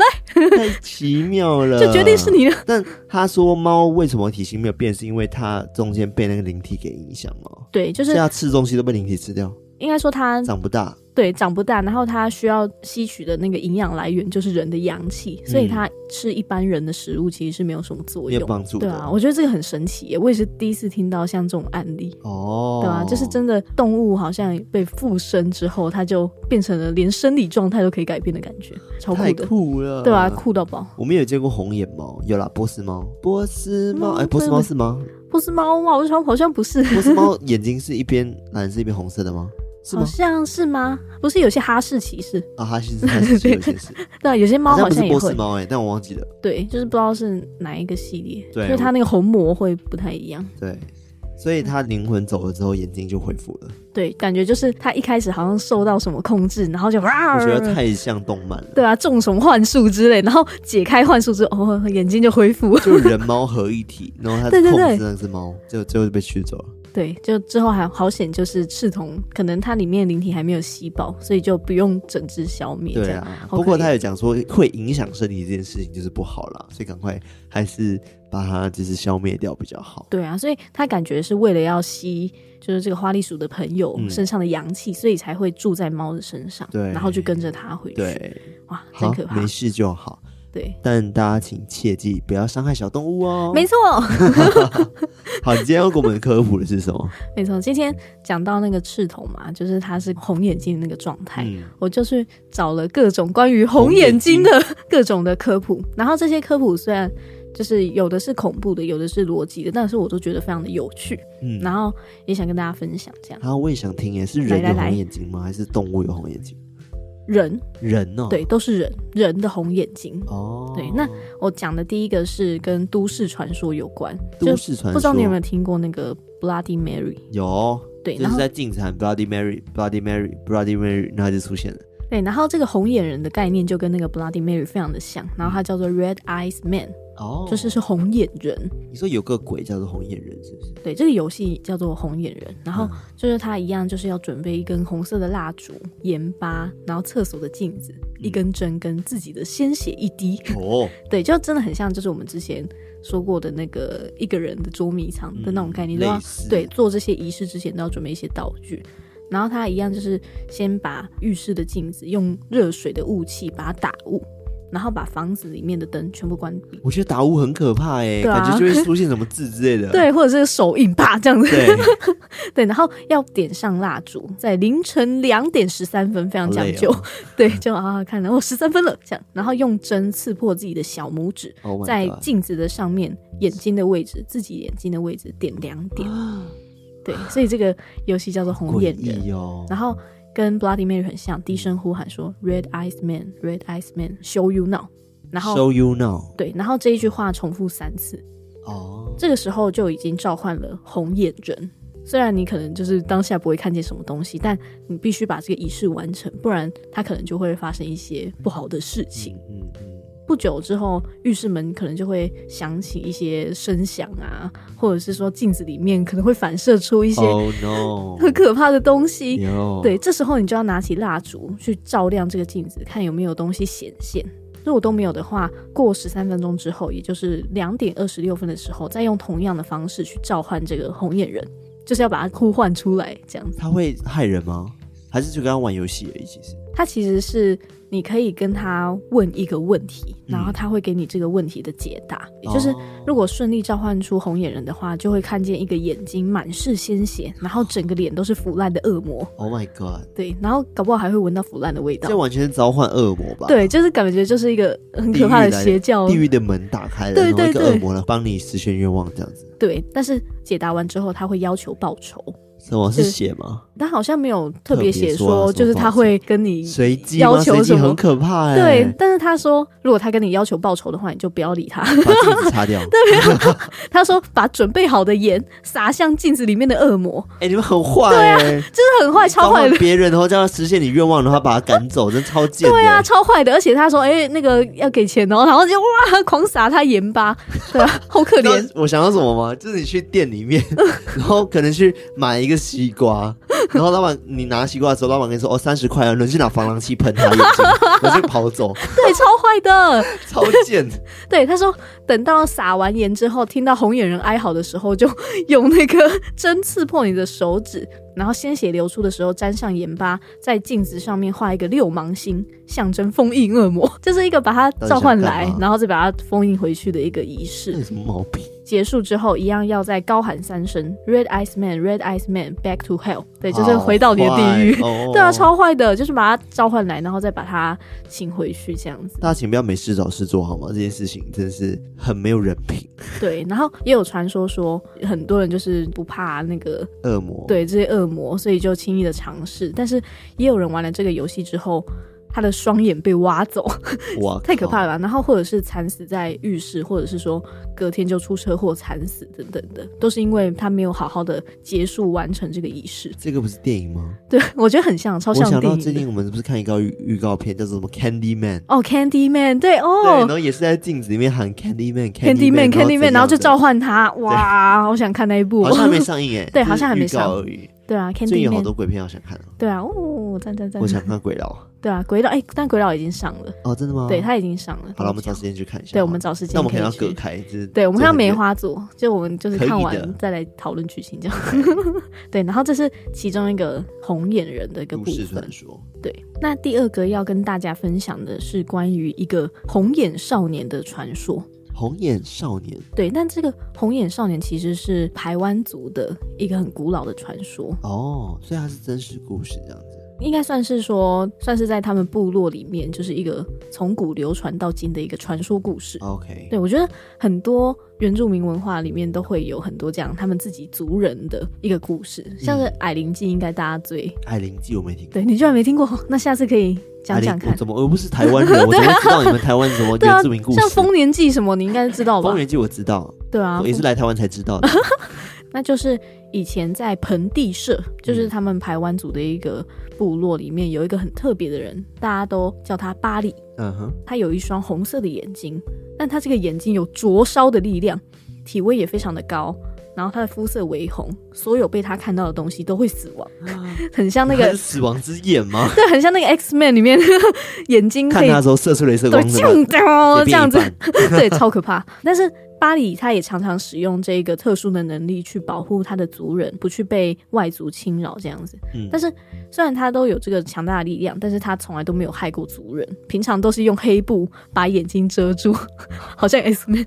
[SPEAKER 2] 来
[SPEAKER 1] 太奇妙了，
[SPEAKER 2] 就决定是。你了。
[SPEAKER 1] 但他说猫为什么体型没有变，是因为它中间被那个灵体给影响了，
[SPEAKER 2] 对，就
[SPEAKER 1] 现
[SPEAKER 2] 是
[SPEAKER 1] 在吃东西都被灵体吃掉，
[SPEAKER 2] 应该说它
[SPEAKER 1] 长不大。
[SPEAKER 2] 对长不大，然后它需要吸取的那个营养来源就是人的阳气，所以它吃一般人的食物其实是没有什么作
[SPEAKER 1] 没有嗯
[SPEAKER 2] 用。
[SPEAKER 1] 帮助
[SPEAKER 2] 对
[SPEAKER 1] 的。
[SPEAKER 2] 啊，我觉得这个很神奇耶，我也是第一次听到像这种案例。
[SPEAKER 1] 哦，
[SPEAKER 2] 对啊，就是真的动物好像被附身之后，它就变成了连生理状态都可以改变的感觉，超酷
[SPEAKER 1] 太
[SPEAKER 2] 的，
[SPEAKER 1] 酷了，
[SPEAKER 2] 对啊，酷到爆！
[SPEAKER 1] 我们有见过红眼猫，有啦，波斯猫，波斯猫，
[SPEAKER 2] 嗯
[SPEAKER 1] 哎、波斯猫是
[SPEAKER 2] *laughs*
[SPEAKER 1] 吗？
[SPEAKER 2] 不是猫吗？我想好像不是，
[SPEAKER 1] 波斯猫眼睛是一边蓝色一边红色的吗？ *laughs* 是
[SPEAKER 2] 好
[SPEAKER 1] 吗？
[SPEAKER 2] 像是吗？不是有些哈士奇是，
[SPEAKER 1] 啊，哈西是哈西是有些是，
[SPEAKER 2] 对啊，有 *laughs* 些猫
[SPEAKER 1] 好像
[SPEAKER 2] 好
[SPEAKER 1] 不是
[SPEAKER 2] 像也
[SPEAKER 1] 波斯
[SPEAKER 2] 会，
[SPEAKER 1] 猫哎、但我忘记了。
[SPEAKER 2] 对，就是不知道是哪一个系列，
[SPEAKER 1] 对
[SPEAKER 2] 所以它那个虹膜会不太一样。
[SPEAKER 1] 对，所以它灵魂走了之后，眼睛就恢复了。
[SPEAKER 2] 对，感觉就是它一开始好像受到什么控制，然后就哇
[SPEAKER 1] 我，觉得太像动漫了，
[SPEAKER 2] 对啊，中什么幻术之类，然后解开幻术之后，哦，眼睛就恢复 *laughs* 了。
[SPEAKER 1] 就人猫合一体，然后它
[SPEAKER 2] 对对
[SPEAKER 1] 控
[SPEAKER 2] 对
[SPEAKER 1] 制那只猫，就最后就被驱走了。
[SPEAKER 2] 对，就之后还好险，就是赤铜，可能它里面的灵体还没有吸饱，所以就不用整只消灭。这
[SPEAKER 1] 对
[SPEAKER 2] 样，
[SPEAKER 1] 啊，不
[SPEAKER 2] 好可
[SPEAKER 1] 过
[SPEAKER 2] 怜
[SPEAKER 1] 他有讲说会影响身体这件事情就是不好啦，所以赶快还是把它就是消灭掉比较好。
[SPEAKER 2] 对啊，所以他感觉是为了要吸，就是这个花栗鼠的朋友
[SPEAKER 1] 嗯
[SPEAKER 2] 身上的阳气，所以才会住在猫的身上，
[SPEAKER 1] 对
[SPEAKER 2] 然后就跟着它回去。
[SPEAKER 1] 对，
[SPEAKER 2] 哇， *laughs* 真
[SPEAKER 1] 好
[SPEAKER 2] 可，怕
[SPEAKER 1] 没！事就好。
[SPEAKER 2] 对， *laughs*
[SPEAKER 1] 但大家请切记不要伤害小动物哦。
[SPEAKER 2] 没错，
[SPEAKER 1] 好，你今天要给我们科普的是什
[SPEAKER 2] *laughs*
[SPEAKER 1] 么？
[SPEAKER 2] 没错。今天讲到那个赤瞳嘛，就是它是红眼睛的那个状态，
[SPEAKER 1] 嗯，
[SPEAKER 2] 我就去找了各种关于红眼睛的 *laughs* 各种的科普，然后这些科普虽然就是有的是恐怖的，有的是逻辑的，但是我都觉得非常的有趣，
[SPEAKER 1] 嗯
[SPEAKER 2] 然后也想跟大家分享这样。
[SPEAKER 1] 啊，我也想听耶，是人
[SPEAKER 2] 来
[SPEAKER 1] 有
[SPEAKER 2] 来来
[SPEAKER 1] 红眼睛吗？还是动物有红眼睛？
[SPEAKER 2] 人
[SPEAKER 1] 人哦，
[SPEAKER 2] 对，都是人，人的红眼睛。
[SPEAKER 1] 哦，
[SPEAKER 2] 对那我讲的第一个是跟都市传说有关，就
[SPEAKER 1] 都市传说
[SPEAKER 2] 不知道你有没有听过那个 Bloody Mary？
[SPEAKER 1] 有。
[SPEAKER 2] 对，
[SPEAKER 1] 就
[SPEAKER 2] 然
[SPEAKER 1] 是
[SPEAKER 2] 后
[SPEAKER 1] 在进产 Bloody Mary、Bloody Mary、Bloody Mary，然后就出现了。
[SPEAKER 2] 对，然后这个红眼人的概念就跟那个 Bloody Mary 非常的像，然后它叫做 Red Eyes Man，
[SPEAKER 1] 哦，
[SPEAKER 2] 就是是红眼人。
[SPEAKER 1] 你说有个鬼叫做红眼人，是不是？
[SPEAKER 2] *laughs* 对，这个游戏叫做红眼人，然后
[SPEAKER 1] 嗯
[SPEAKER 2] 就是他一样，就是要准备一根红色的蜡烛、盐巴，然后厕所的镜子、一
[SPEAKER 1] 嗯
[SPEAKER 2] 根针跟自己的鲜血一滴。
[SPEAKER 1] 哦，
[SPEAKER 2] 对，就真的很像，就是我们之前说过的那个一个人的捉迷藏的那种概
[SPEAKER 1] 嗯
[SPEAKER 2] 念，都要
[SPEAKER 1] 类似
[SPEAKER 2] 对做这些仪式之前都要准备一些道具。然后他一样就是先把浴室的镜子用热水的雾气把它打雾，然后把房子里面的灯全部关
[SPEAKER 1] *laughs*
[SPEAKER 2] 闭，
[SPEAKER 1] 我觉得打雾很可怕哎、
[SPEAKER 2] 对啊
[SPEAKER 1] 感觉就会出现什么字之类的。
[SPEAKER 2] *laughs* 对，或者是手印啪这样子，
[SPEAKER 1] 对，
[SPEAKER 2] 对，然后要点上蜡烛，在凌晨两点十三分，非常讲究。
[SPEAKER 1] 好哦
[SPEAKER 2] 对，就啊，看了我十三分了，这样，然后用针刺破自己的小拇指，
[SPEAKER 1] Oh my
[SPEAKER 2] *laughs* 在
[SPEAKER 1] God
[SPEAKER 2] 镜子的上面，眼睛的位置，自己眼睛的位置点两点。对，所以这个游戏叫做红眼
[SPEAKER 1] 啊诡
[SPEAKER 2] 人。
[SPEAKER 1] 异哦。
[SPEAKER 2] 然后跟 Bloody Mary 很像，低声呼喊说 “Red Eyes Man, Red Eyes Man, show you now”。然后
[SPEAKER 1] Show you now
[SPEAKER 2] 对，然后这一句话重复三次，
[SPEAKER 1] 哦，
[SPEAKER 2] 这个时候就已经召唤了红眼人。虽然你可能就是当下不会看见什么东西，但你必须把这个仪式完成，不然它可能就会发生一些不好的事情。
[SPEAKER 1] 嗯嗯，
[SPEAKER 2] 不久之后，浴室门可能就会响起一些声响啊，或者是说镜子里面可能会反射出一些
[SPEAKER 1] Oh no！
[SPEAKER 2] *laughs* 很可怕的东西。
[SPEAKER 1] 有
[SPEAKER 2] 对，这时候你就要拿起蜡烛去照亮这个镜子，看有没有东西显现。如果都没有的话，过十三分钟之后，也就是两点二十六分的时候，再用同样的方式去召唤这个红眼人，就是要把它呼唤出来，这样子。
[SPEAKER 1] 他会害人吗？还是就跟他玩游戏而已？其实
[SPEAKER 2] 它其实是你可以跟他问一个问题，
[SPEAKER 1] 嗯
[SPEAKER 2] 然后他会给你这个问题的解答。也就是如果顺利召唤出红眼人的话，就会看见一个眼睛满是鲜血，然后整个脸都是腐烂的恶魔。
[SPEAKER 1] Oh my God，
[SPEAKER 2] 对，然后搞不好还会闻到腐烂的味道
[SPEAKER 1] 这。完全是召唤恶魔吧？，
[SPEAKER 2] 对，就是感觉就是一个很可怕的邪教
[SPEAKER 1] 地。狱的门打开了，
[SPEAKER 2] 对
[SPEAKER 1] 然后
[SPEAKER 2] 对
[SPEAKER 1] 一个
[SPEAKER 2] 对
[SPEAKER 1] 恶魔来帮你实现愿望，这样子。
[SPEAKER 2] 对，但是解答完之后，他会要求报仇。
[SPEAKER 1] 什么是
[SPEAKER 2] 是
[SPEAKER 1] 血吗？
[SPEAKER 2] 他好像没有特别写
[SPEAKER 1] 特别说啊
[SPEAKER 2] 说，就是他会跟你
[SPEAKER 1] 随机
[SPEAKER 2] 要
[SPEAKER 1] 吗？
[SPEAKER 2] 求
[SPEAKER 1] 随机
[SPEAKER 2] 什么
[SPEAKER 1] 很可怕哎、
[SPEAKER 2] 对，，但是他说，如果他跟你要求报仇的话，你就不要理他。 *laughs*
[SPEAKER 1] 把镜子擦掉。
[SPEAKER 2] 他说，把准备好的盐撒向镜子里面的恶魔，
[SPEAKER 1] 哎、你们很坏
[SPEAKER 2] 啊
[SPEAKER 1] 哎、
[SPEAKER 2] 这很坏，
[SPEAKER 1] 召
[SPEAKER 2] 超坏
[SPEAKER 1] 唤
[SPEAKER 2] 的。
[SPEAKER 1] 别人，然后叫他实现你愿望，然后把他赶走，真超贱的。
[SPEAKER 2] 对啊，超坏的，而且他说，哎、那个要给钱哦，然后就哇，狂撒他盐巴，对啊，好可
[SPEAKER 1] 你知道
[SPEAKER 2] 怜，
[SPEAKER 1] 我想到什么吗？就是你去店里面， *laughs* 然后可能去买一个西瓜，然后老板你拿西瓜的时候，老板跟你说哦三十块啊，然后你去拿防狼器喷他眼
[SPEAKER 2] *laughs*
[SPEAKER 1] 睛，然后就跑走，
[SPEAKER 2] 对，超坏的。
[SPEAKER 1] 超贱。
[SPEAKER 2] 对，他说等到撒完盐之后，听到红眼人哀嚎的时候，就 *laughs* 用那个针刺破你的手指，然后鲜血流出的时候沾上盐巴，在镜子上面画一个六芒星，象征封印恶魔。 *laughs* 这是一个把它召唤
[SPEAKER 1] 到底想
[SPEAKER 2] 来
[SPEAKER 1] 干嘛，嗯
[SPEAKER 2] 然后再把它封印回去的一个仪
[SPEAKER 1] 这
[SPEAKER 2] 式
[SPEAKER 1] 有。什么毛病？
[SPEAKER 2] 结束之后，一样要再高喊三声 “Red Eyes Man, Red Eyes Man, Back to Hell”，对，就是回到你的地狱。 *laughs*
[SPEAKER 1] 好啊坏哦
[SPEAKER 2] 对啊，超坏的，就是把它召唤来，然后再把它请回去，这样子。
[SPEAKER 1] 大家请不要没事找事做好吗？这件事情真是很没有人品，
[SPEAKER 2] 对，然后也有传说说，很多人就是不怕那个
[SPEAKER 1] 恶魔。，
[SPEAKER 2] 对这些恶魔，所以就轻易的尝试。但是也有人玩了这个游戏之后，他的双眼被挖走，
[SPEAKER 1] 哇，
[SPEAKER 2] 太可怕
[SPEAKER 1] 了。
[SPEAKER 2] 了吧？然后或者是惨死在浴室，或者是说隔天就出车祸惨死等等的，都是因为他没有好好的结束完成这个仪式。 *laughs*
[SPEAKER 1] 这个不是电影吗？
[SPEAKER 2] 对我觉得很像，超
[SPEAKER 1] 我
[SPEAKER 2] 像
[SPEAKER 1] 想
[SPEAKER 2] 电
[SPEAKER 1] 到
[SPEAKER 2] 影
[SPEAKER 1] 最
[SPEAKER 2] 的。
[SPEAKER 1] 近我们不是看一个预预告片，叫做什么《Candy Man》。
[SPEAKER 2] 哦，Candy Man，对
[SPEAKER 1] 对，然
[SPEAKER 2] 哦
[SPEAKER 1] 后也是在镜子里面喊 Candy Man，Candy
[SPEAKER 2] ，Candy Man，Candy Man，然后就召
[SPEAKER 1] 照，
[SPEAKER 2] 唤他，哇，好想看那一部
[SPEAKER 1] 好，像还没上映哎，
[SPEAKER 2] *laughs* 对好像还没
[SPEAKER 1] 就是预告
[SPEAKER 2] 上
[SPEAKER 1] 而已。
[SPEAKER 2] 对啊
[SPEAKER 1] 最近
[SPEAKER 2] ，Candy
[SPEAKER 1] 有好
[SPEAKER 2] Man，
[SPEAKER 1] 多鬼片好想看哦，
[SPEAKER 2] 对啊，哦，赞赞赞！
[SPEAKER 1] 我想看鬼佬
[SPEAKER 2] 对啊，鬼岛哎、但鬼岛已经上了，
[SPEAKER 1] 哦，真的吗？
[SPEAKER 2] 对，，它已经上了。
[SPEAKER 1] 好了，我们找时间去看一下。
[SPEAKER 2] 对，我们找时间。
[SPEAKER 1] 那我们可能要隔
[SPEAKER 2] 去。
[SPEAKER 1] 开，就是
[SPEAKER 2] 对，我们
[SPEAKER 1] 这
[SPEAKER 2] 看
[SPEAKER 1] 个
[SPEAKER 2] 梅
[SPEAKER 1] 月
[SPEAKER 2] 花座，就我们就是
[SPEAKER 1] 可以
[SPEAKER 2] 看
[SPEAKER 1] 的
[SPEAKER 2] 完再来讨论剧情这样。 *laughs* 对，然后这是其中一个红眼人的一个
[SPEAKER 1] 都
[SPEAKER 2] 部
[SPEAKER 1] 市
[SPEAKER 2] 分
[SPEAKER 1] 传。说，
[SPEAKER 2] 对，那第二个要跟大家分享的是关于一个红眼少年的传说。
[SPEAKER 1] 红眼少年
[SPEAKER 2] 对，但这个红眼少年其实是台湾族的一个很古老的传说。
[SPEAKER 1] 哦，所以它是真实故事这样子。
[SPEAKER 2] 应该算是说，算是在他们部落里面，就是一个从古流传到今的一个传说故事。
[SPEAKER 1] OK，
[SPEAKER 2] 对我觉得很多原住民文化里面都会有很多这样他们自己族人的一个故事，像是
[SPEAKER 1] 嗯
[SPEAKER 2] 矮灵记，应该大家最、
[SPEAKER 1] 艾灵记我没听过。
[SPEAKER 2] 对你居然没听过，那下次可以讲
[SPEAKER 1] 艾
[SPEAKER 2] 讲
[SPEAKER 1] 琳，我
[SPEAKER 2] 看。
[SPEAKER 1] 怎么我又不是台湾人，
[SPEAKER 2] *laughs*
[SPEAKER 1] 我怎么会知道你们台湾什么
[SPEAKER 2] 对啊
[SPEAKER 1] 原住民故，事？
[SPEAKER 2] 像《丰年记》什么，你应该知道吧
[SPEAKER 1] 丰？原记我知道，
[SPEAKER 2] 对啊
[SPEAKER 1] 我，也是来台湾才知道
[SPEAKER 2] *laughs*
[SPEAKER 1] 的。
[SPEAKER 2] 那就是以前在盆地社，
[SPEAKER 1] 嗯
[SPEAKER 2] 就是他们排湾族的一个部落里面有一个很特别的人，大家都叫他巴里。
[SPEAKER 1] 嗯哼，
[SPEAKER 2] 他有一双红色的眼睛，但他这个眼睛有灼烧的力量，体温也非常的高，然后他的肤色微红，所有被他看到的东西都会死亡，很像那
[SPEAKER 1] 它
[SPEAKER 2] 个
[SPEAKER 1] 是， *laughs* 死亡之眼吗？
[SPEAKER 2] 对，很像那个 X Man 里面眼睛 *laughs* 可
[SPEAKER 1] 看
[SPEAKER 2] 以
[SPEAKER 1] 他的时候射出镭射
[SPEAKER 2] 对
[SPEAKER 1] 光，怎么
[SPEAKER 2] 啾啾哦这样子，
[SPEAKER 1] 随便一
[SPEAKER 2] *laughs* 对，超可怕。但是巴里他也常常使用这个特殊的能力去保护他的族人，不去被外族侵扰这样子。
[SPEAKER 1] 嗯
[SPEAKER 2] 但是虽然他都有这个强大的力量，但是他从来都没有害过族人，平常都是用黑布把眼睛遮住， *laughs* 好像 X Man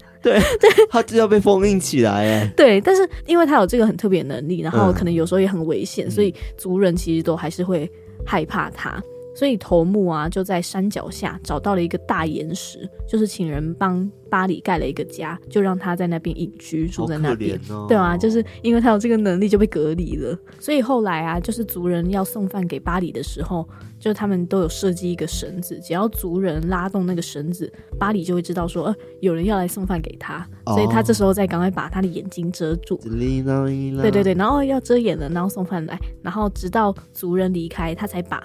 [SPEAKER 1] 他就要被封印起来哎。
[SPEAKER 2] 对。但是因为他有这个很特别的能力，然后
[SPEAKER 1] 嗯
[SPEAKER 2] 可能有时候也很危险，所以族人其实都还是会害怕他。所以头目啊，就在山脚下找到了一个大岩石，就是请人帮巴里盖了一个家，就让他在那边隐居，住
[SPEAKER 1] 好可
[SPEAKER 2] 在那边。
[SPEAKER 1] 怜哦，
[SPEAKER 2] 对啊，就是因为他有这个能力就被隔离了，所以后来啊，就是族人要送饭给巴里的时候，就他们都有设计一个绳子，只要族人拉动那个绳子，巴里就会知道说，呃，有人要来送饭给他，
[SPEAKER 1] 哦
[SPEAKER 2] 所以他这时候再赶快把他的眼睛遮住。
[SPEAKER 1] 对
[SPEAKER 2] 对对对，然后要遮掩了，然后送饭来，然后直到族人离开，他才把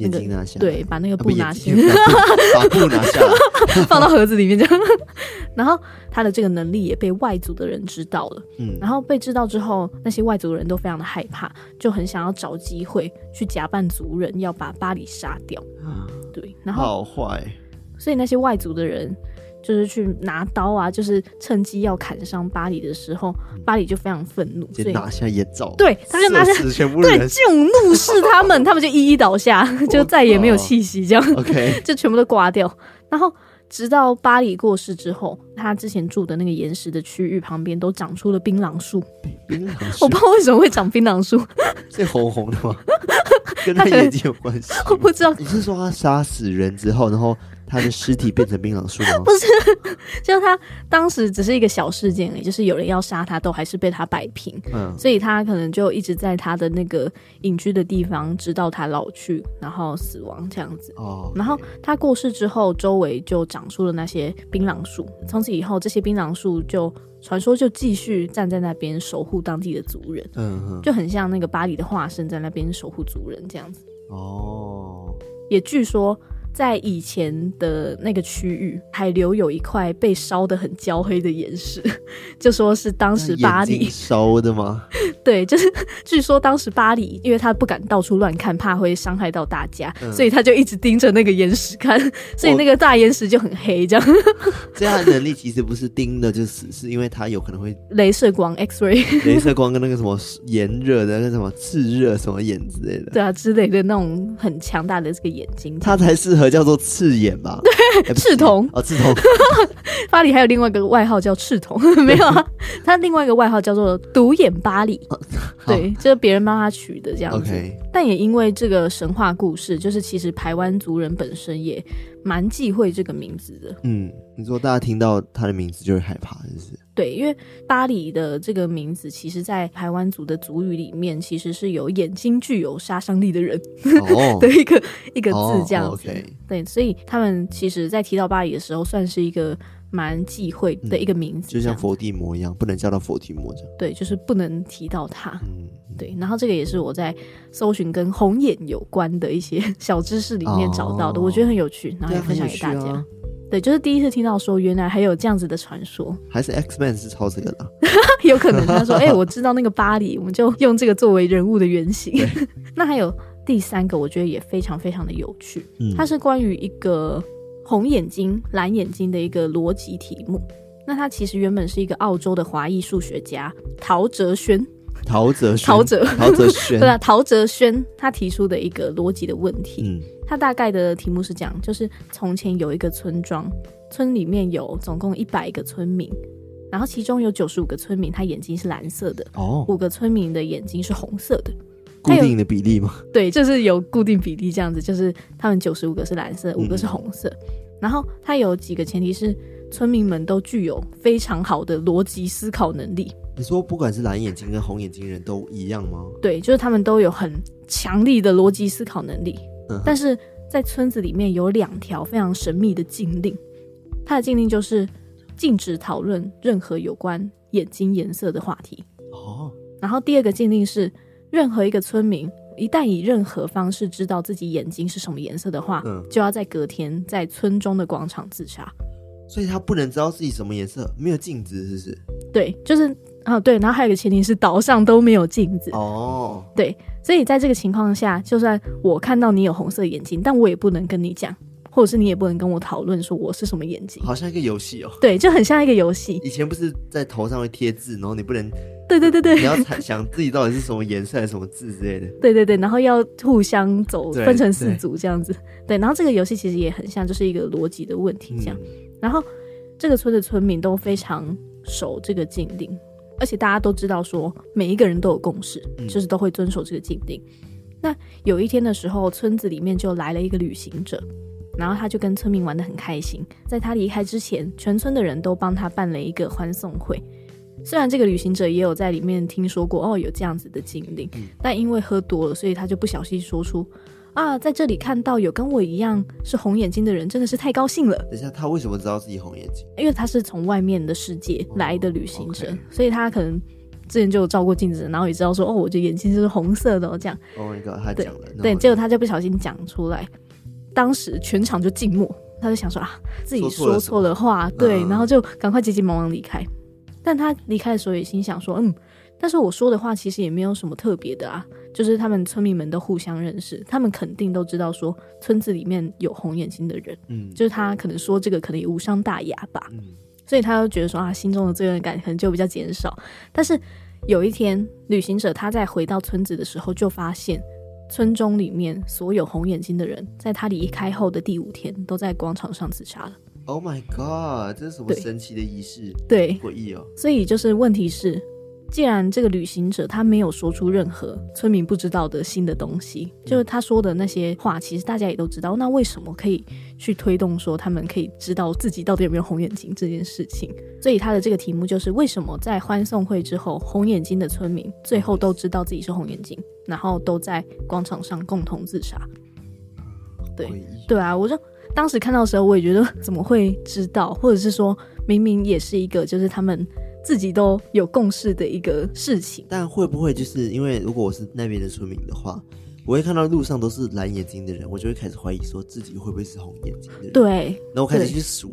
[SPEAKER 1] 眼
[SPEAKER 2] 个
[SPEAKER 1] 镜拿下来，
[SPEAKER 2] 对，把那个
[SPEAKER 1] 啊
[SPEAKER 2] 布
[SPEAKER 1] 不眼
[SPEAKER 2] 拿下
[SPEAKER 1] 镜 *laughs* 把布把布拿下
[SPEAKER 2] *laughs*
[SPEAKER 1] 来，
[SPEAKER 2] 放到盒子里面这样。 *laughs* 然后他的这个能力也被外族的人知道了，
[SPEAKER 1] 嗯
[SPEAKER 2] 然后被知道之后，那些外族人都非常的害怕，就很想要找机会去假扮族人，要把巴里杀掉。对，然后
[SPEAKER 1] 啊好坏，
[SPEAKER 2] 所以那些外族的人就是去拿刀啊，就是趁机要砍伤巴里的时候，巴里就非常愤怒，
[SPEAKER 1] 嗯直
[SPEAKER 2] 所
[SPEAKER 1] 接
[SPEAKER 2] 以
[SPEAKER 1] 拿下眼罩，
[SPEAKER 2] 对他就拿下
[SPEAKER 1] 射死全部 *laughs*
[SPEAKER 2] 对
[SPEAKER 1] 人
[SPEAKER 2] 这种怒视他们，他们就一一倒下，就再也没有气息，这样
[SPEAKER 1] ，OK，
[SPEAKER 2] 就全部都挂掉。然后直到巴里过世之后，他之前住的那个岩石的区域旁边都长出了槟榔树，
[SPEAKER 1] 冰糖
[SPEAKER 2] 我不知道为什么会长槟榔树，
[SPEAKER 1] 是红红的
[SPEAKER 2] *laughs*
[SPEAKER 1] 吗？跟他
[SPEAKER 2] 他可能
[SPEAKER 1] 眼睛有关系？
[SPEAKER 2] 我不知道，
[SPEAKER 1] 你是说他杀死人之后，然后他的尸体变成槟榔树
[SPEAKER 2] *laughs*
[SPEAKER 1] 吗？
[SPEAKER 2] 就是他当时只是一个小事件而已，就是有人要杀他，都还是被他摆平。
[SPEAKER 1] 嗯，
[SPEAKER 2] 所以他可能就一直在他的那个隐居的地方，直到他老去，然后死亡这样子。
[SPEAKER 1] 哦，
[SPEAKER 2] 然后他过世之后，周围就长出了那些槟榔树。从此以后，这些槟榔树就传说就继续站在那边守护当地的族人，
[SPEAKER 1] 嗯嗯，
[SPEAKER 2] 就很像那个巴黎的化身在那边守护族人这样子。
[SPEAKER 1] 哦，
[SPEAKER 2] 也据说，在以前的那个区域还留有一块被烧得很焦黑的岩石， *laughs* 就说是当时
[SPEAKER 1] 那
[SPEAKER 2] 巴
[SPEAKER 1] 眼睛
[SPEAKER 2] 黎
[SPEAKER 1] 烧的吗？
[SPEAKER 2] *laughs* 对，就是 *laughs* 据说当时巴黎，因为他不敢到处乱看，怕会伤害到大家，
[SPEAKER 1] 嗯
[SPEAKER 2] 所以他就一直盯着那个岩石看，所以那个大岩石就很黑，这样 *laughs*
[SPEAKER 1] 这样的能力其实不是盯的就死，是因为他有可能会
[SPEAKER 2] 镭射光 X-ray
[SPEAKER 1] 镭射光跟那个什么炎热的那个什么炙热什么眼之类的，
[SPEAKER 2] 对啊之类的那种很强大的这个眼睛。
[SPEAKER 1] 他才适合叫做刺眼吧？对
[SPEAKER 2] 赤瞳
[SPEAKER 1] 哦，赤
[SPEAKER 2] *laughs*
[SPEAKER 1] 瞳，
[SPEAKER 2] 巴黎还有另外一个外号叫赤瞳， *laughs* 没有啊，他另外一个外号叫做独眼巴黎，对，就是别人帮他取的这样子。
[SPEAKER 1] ，OK，
[SPEAKER 2] 但也因为这个神话故事，就是其实台湾族人本身也蛮忌讳这个名字的。
[SPEAKER 1] 嗯，你说大家听到他的名字就会害怕，是不
[SPEAKER 2] *laughs*
[SPEAKER 1] 是？
[SPEAKER 2] 对，因为巴里的这个名字，其实在排湾族的族语里面，其实是有眼睛具有杀伤力的人
[SPEAKER 1] 哦，
[SPEAKER 2] *laughs* 的一个、一个
[SPEAKER 1] 哦
[SPEAKER 2] 字这样子。
[SPEAKER 1] OK
[SPEAKER 2] 对，所以他们其实，在提到巴里的时候，算是一个蛮忌讳的一个名
[SPEAKER 1] 嗯
[SPEAKER 2] 字、
[SPEAKER 1] 就像佛地魔一样，不能叫到佛地魔这样。
[SPEAKER 2] 对，就是不能提到他。
[SPEAKER 1] 嗯，
[SPEAKER 2] 对，然后这个也是我在搜寻跟红眼有关的一些 *laughs* 小知识里面找到的，
[SPEAKER 1] 哦
[SPEAKER 2] 我觉得很有趣，然后
[SPEAKER 1] 对
[SPEAKER 2] 也
[SPEAKER 1] 啊
[SPEAKER 2] 分享
[SPEAKER 1] 很有
[SPEAKER 2] 给大
[SPEAKER 1] 趣
[SPEAKER 2] 家。
[SPEAKER 1] 啊
[SPEAKER 2] 对，就是第一次听到说，原来还有这样子的传说。 *laughs*
[SPEAKER 1] 还是 X Man 是抄这个的啊、
[SPEAKER 2] 有可
[SPEAKER 1] *laughs*
[SPEAKER 2] 能他说：“哎、我知道那个巴黎，我们就用这个作为人物的原型。” *laughs* 那还有第三个，我觉得也非常非常的有趣，
[SPEAKER 1] 嗯，
[SPEAKER 2] 它是关于一个红眼睛、蓝眼睛的一个逻辑题目。那他其实原本是一个澳洲的华裔数学家陶哲轩，
[SPEAKER 1] 嗯陶喆轩，
[SPEAKER 2] 陶喆
[SPEAKER 1] 陶喆轩，
[SPEAKER 2] *laughs* 对啊，陶哲轩他提出的一个逻辑的问题。
[SPEAKER 1] 嗯，
[SPEAKER 2] 它大概的题目是这样：就是从前有一个村庄，村里面有总共一百个村民，然后其中有九十五个村民他眼睛是蓝色的，
[SPEAKER 1] 哦，
[SPEAKER 2] 五个村民的眼睛是红色的。
[SPEAKER 1] 固
[SPEAKER 2] 还有
[SPEAKER 1] 定的比例嘛，
[SPEAKER 2] 对，就是有固定比例这样子，就是他们九十五个是蓝色，五个是红色。然后它有几个前提是村民们都具有非常好的逻辑思考能力，
[SPEAKER 1] 你说不管是蓝眼睛跟红眼睛人都一样吗？
[SPEAKER 2] 对，就是他们都有很强力的逻辑思考能力。
[SPEAKER 1] 嗯哼
[SPEAKER 2] 但是在村子里面有两条非常神秘的禁令，它的禁令就是禁止讨论任何有关眼睛颜色的话题。
[SPEAKER 1] 哦，
[SPEAKER 2] 然后第二个禁令是，任何一个村民一旦以任何方式知道自己眼睛是什么颜色的话，
[SPEAKER 1] 嗯
[SPEAKER 2] 就要在隔天在村中的广场自杀。
[SPEAKER 1] 所以他不能知道自己什么颜色，没有镜子，是不是？
[SPEAKER 2] 对，就是啊，对，然后还有一个前提是岛上都没有镜子，
[SPEAKER 1] 哦，
[SPEAKER 2] 对，所以在这个情况下，就算我看到你有红色眼睛，但我也不能跟你讲，或者是你也不能跟我讨论说我是什么眼睛。
[SPEAKER 1] 好像一个游戏哦。
[SPEAKER 2] 对，就很像一个游戏。
[SPEAKER 1] 以前不是在头上会贴字，然后你不 *laughs* 能，
[SPEAKER 2] 对对对
[SPEAKER 1] 你
[SPEAKER 2] 对
[SPEAKER 1] 要猜想自己到底是什么颜色还是什么字之类的。
[SPEAKER 2] *laughs* 对对对，然后要互相走，
[SPEAKER 1] 对
[SPEAKER 2] 分成四
[SPEAKER 1] 对
[SPEAKER 2] 组这样子。对，然后这个游戏其实也很像，就是一个逻辑的问题这样。
[SPEAKER 1] 嗯
[SPEAKER 2] 然后这个村的村民都非常守这个禁令，而且大家都知道说每一个人都有共识，
[SPEAKER 1] 嗯
[SPEAKER 2] 就是都会遵守这个禁令。那有一天的时候，村子里面就来了一个旅行者，然后他就跟村民玩得很开心。在他离开之前，全村的人都帮他办了一个欢送会。虽然这个旅行者也有在里面听说过哦有这样子的禁令，但因为喝多了，所以他就不小心说出啊，在这里看到有跟我一样是红眼睛的人，真的是太高兴了。
[SPEAKER 1] 等一下，他为什么知道自己红眼睛？
[SPEAKER 2] 因为他是从外面的世界来的旅行者，
[SPEAKER 1] 嗯哦，OK
[SPEAKER 2] 所以他可能之前就有照过镜子，然后也知道说哦，我的眼睛是红色的、哦，这样。
[SPEAKER 1] Oh my god，他讲了，然后
[SPEAKER 2] 对，结果他就不小心讲出来，当时全场就静默，他就想说啊，自己
[SPEAKER 1] 说错了
[SPEAKER 2] 说错了话，对，
[SPEAKER 1] 嗯
[SPEAKER 2] 然后就赶快急急忙忙离开。但他离开的时候也心想说，嗯，但是我说的话其实也没有什么特别的啊，就是他们村民们都互相认识，他们肯定都知道说村子里面有红眼睛的人，
[SPEAKER 1] 嗯
[SPEAKER 2] 就是他可能说这个可能也无伤大雅吧，
[SPEAKER 1] 嗯
[SPEAKER 2] 所以他就觉得说啊，心中的罪恶感可能就比较减少。但是有一天，旅行者他在回到村子的时候，就发现村中里面所有红眼睛的人，在他离开后的第五天，都在广场上自杀了。
[SPEAKER 1] ，Oh my god，这是什么
[SPEAKER 2] 对
[SPEAKER 1] 神奇的仪式？
[SPEAKER 2] 对，
[SPEAKER 1] 诡异哦，
[SPEAKER 2] 所以就是问题是，既然这个旅行者他没有说出任何村民不知道的新的东西，就是他说的那些话，其实大家也都知道，那为什么可以去推动说他们可以知道自己到底有没有红眼睛这件事情？所以他的这个题目就是为什么在欢送会之后，红眼睛的村民最后都知道自己是红眼睛，然后都在广场上共同自杀。对
[SPEAKER 1] 诡异，
[SPEAKER 2] 对啊，我就当时看到的时候，我也觉得怎么会知道，或者是说明明也是一个就是他们自己都有共识的一个事情，
[SPEAKER 1] 但会不会就是因为如果我是那边的村民的话，我会看到路上都是蓝眼睛的人，我就会开始怀疑说自己会不会是红眼睛的人。，
[SPEAKER 2] 对
[SPEAKER 1] 然后我开始
[SPEAKER 2] 对
[SPEAKER 1] 去数，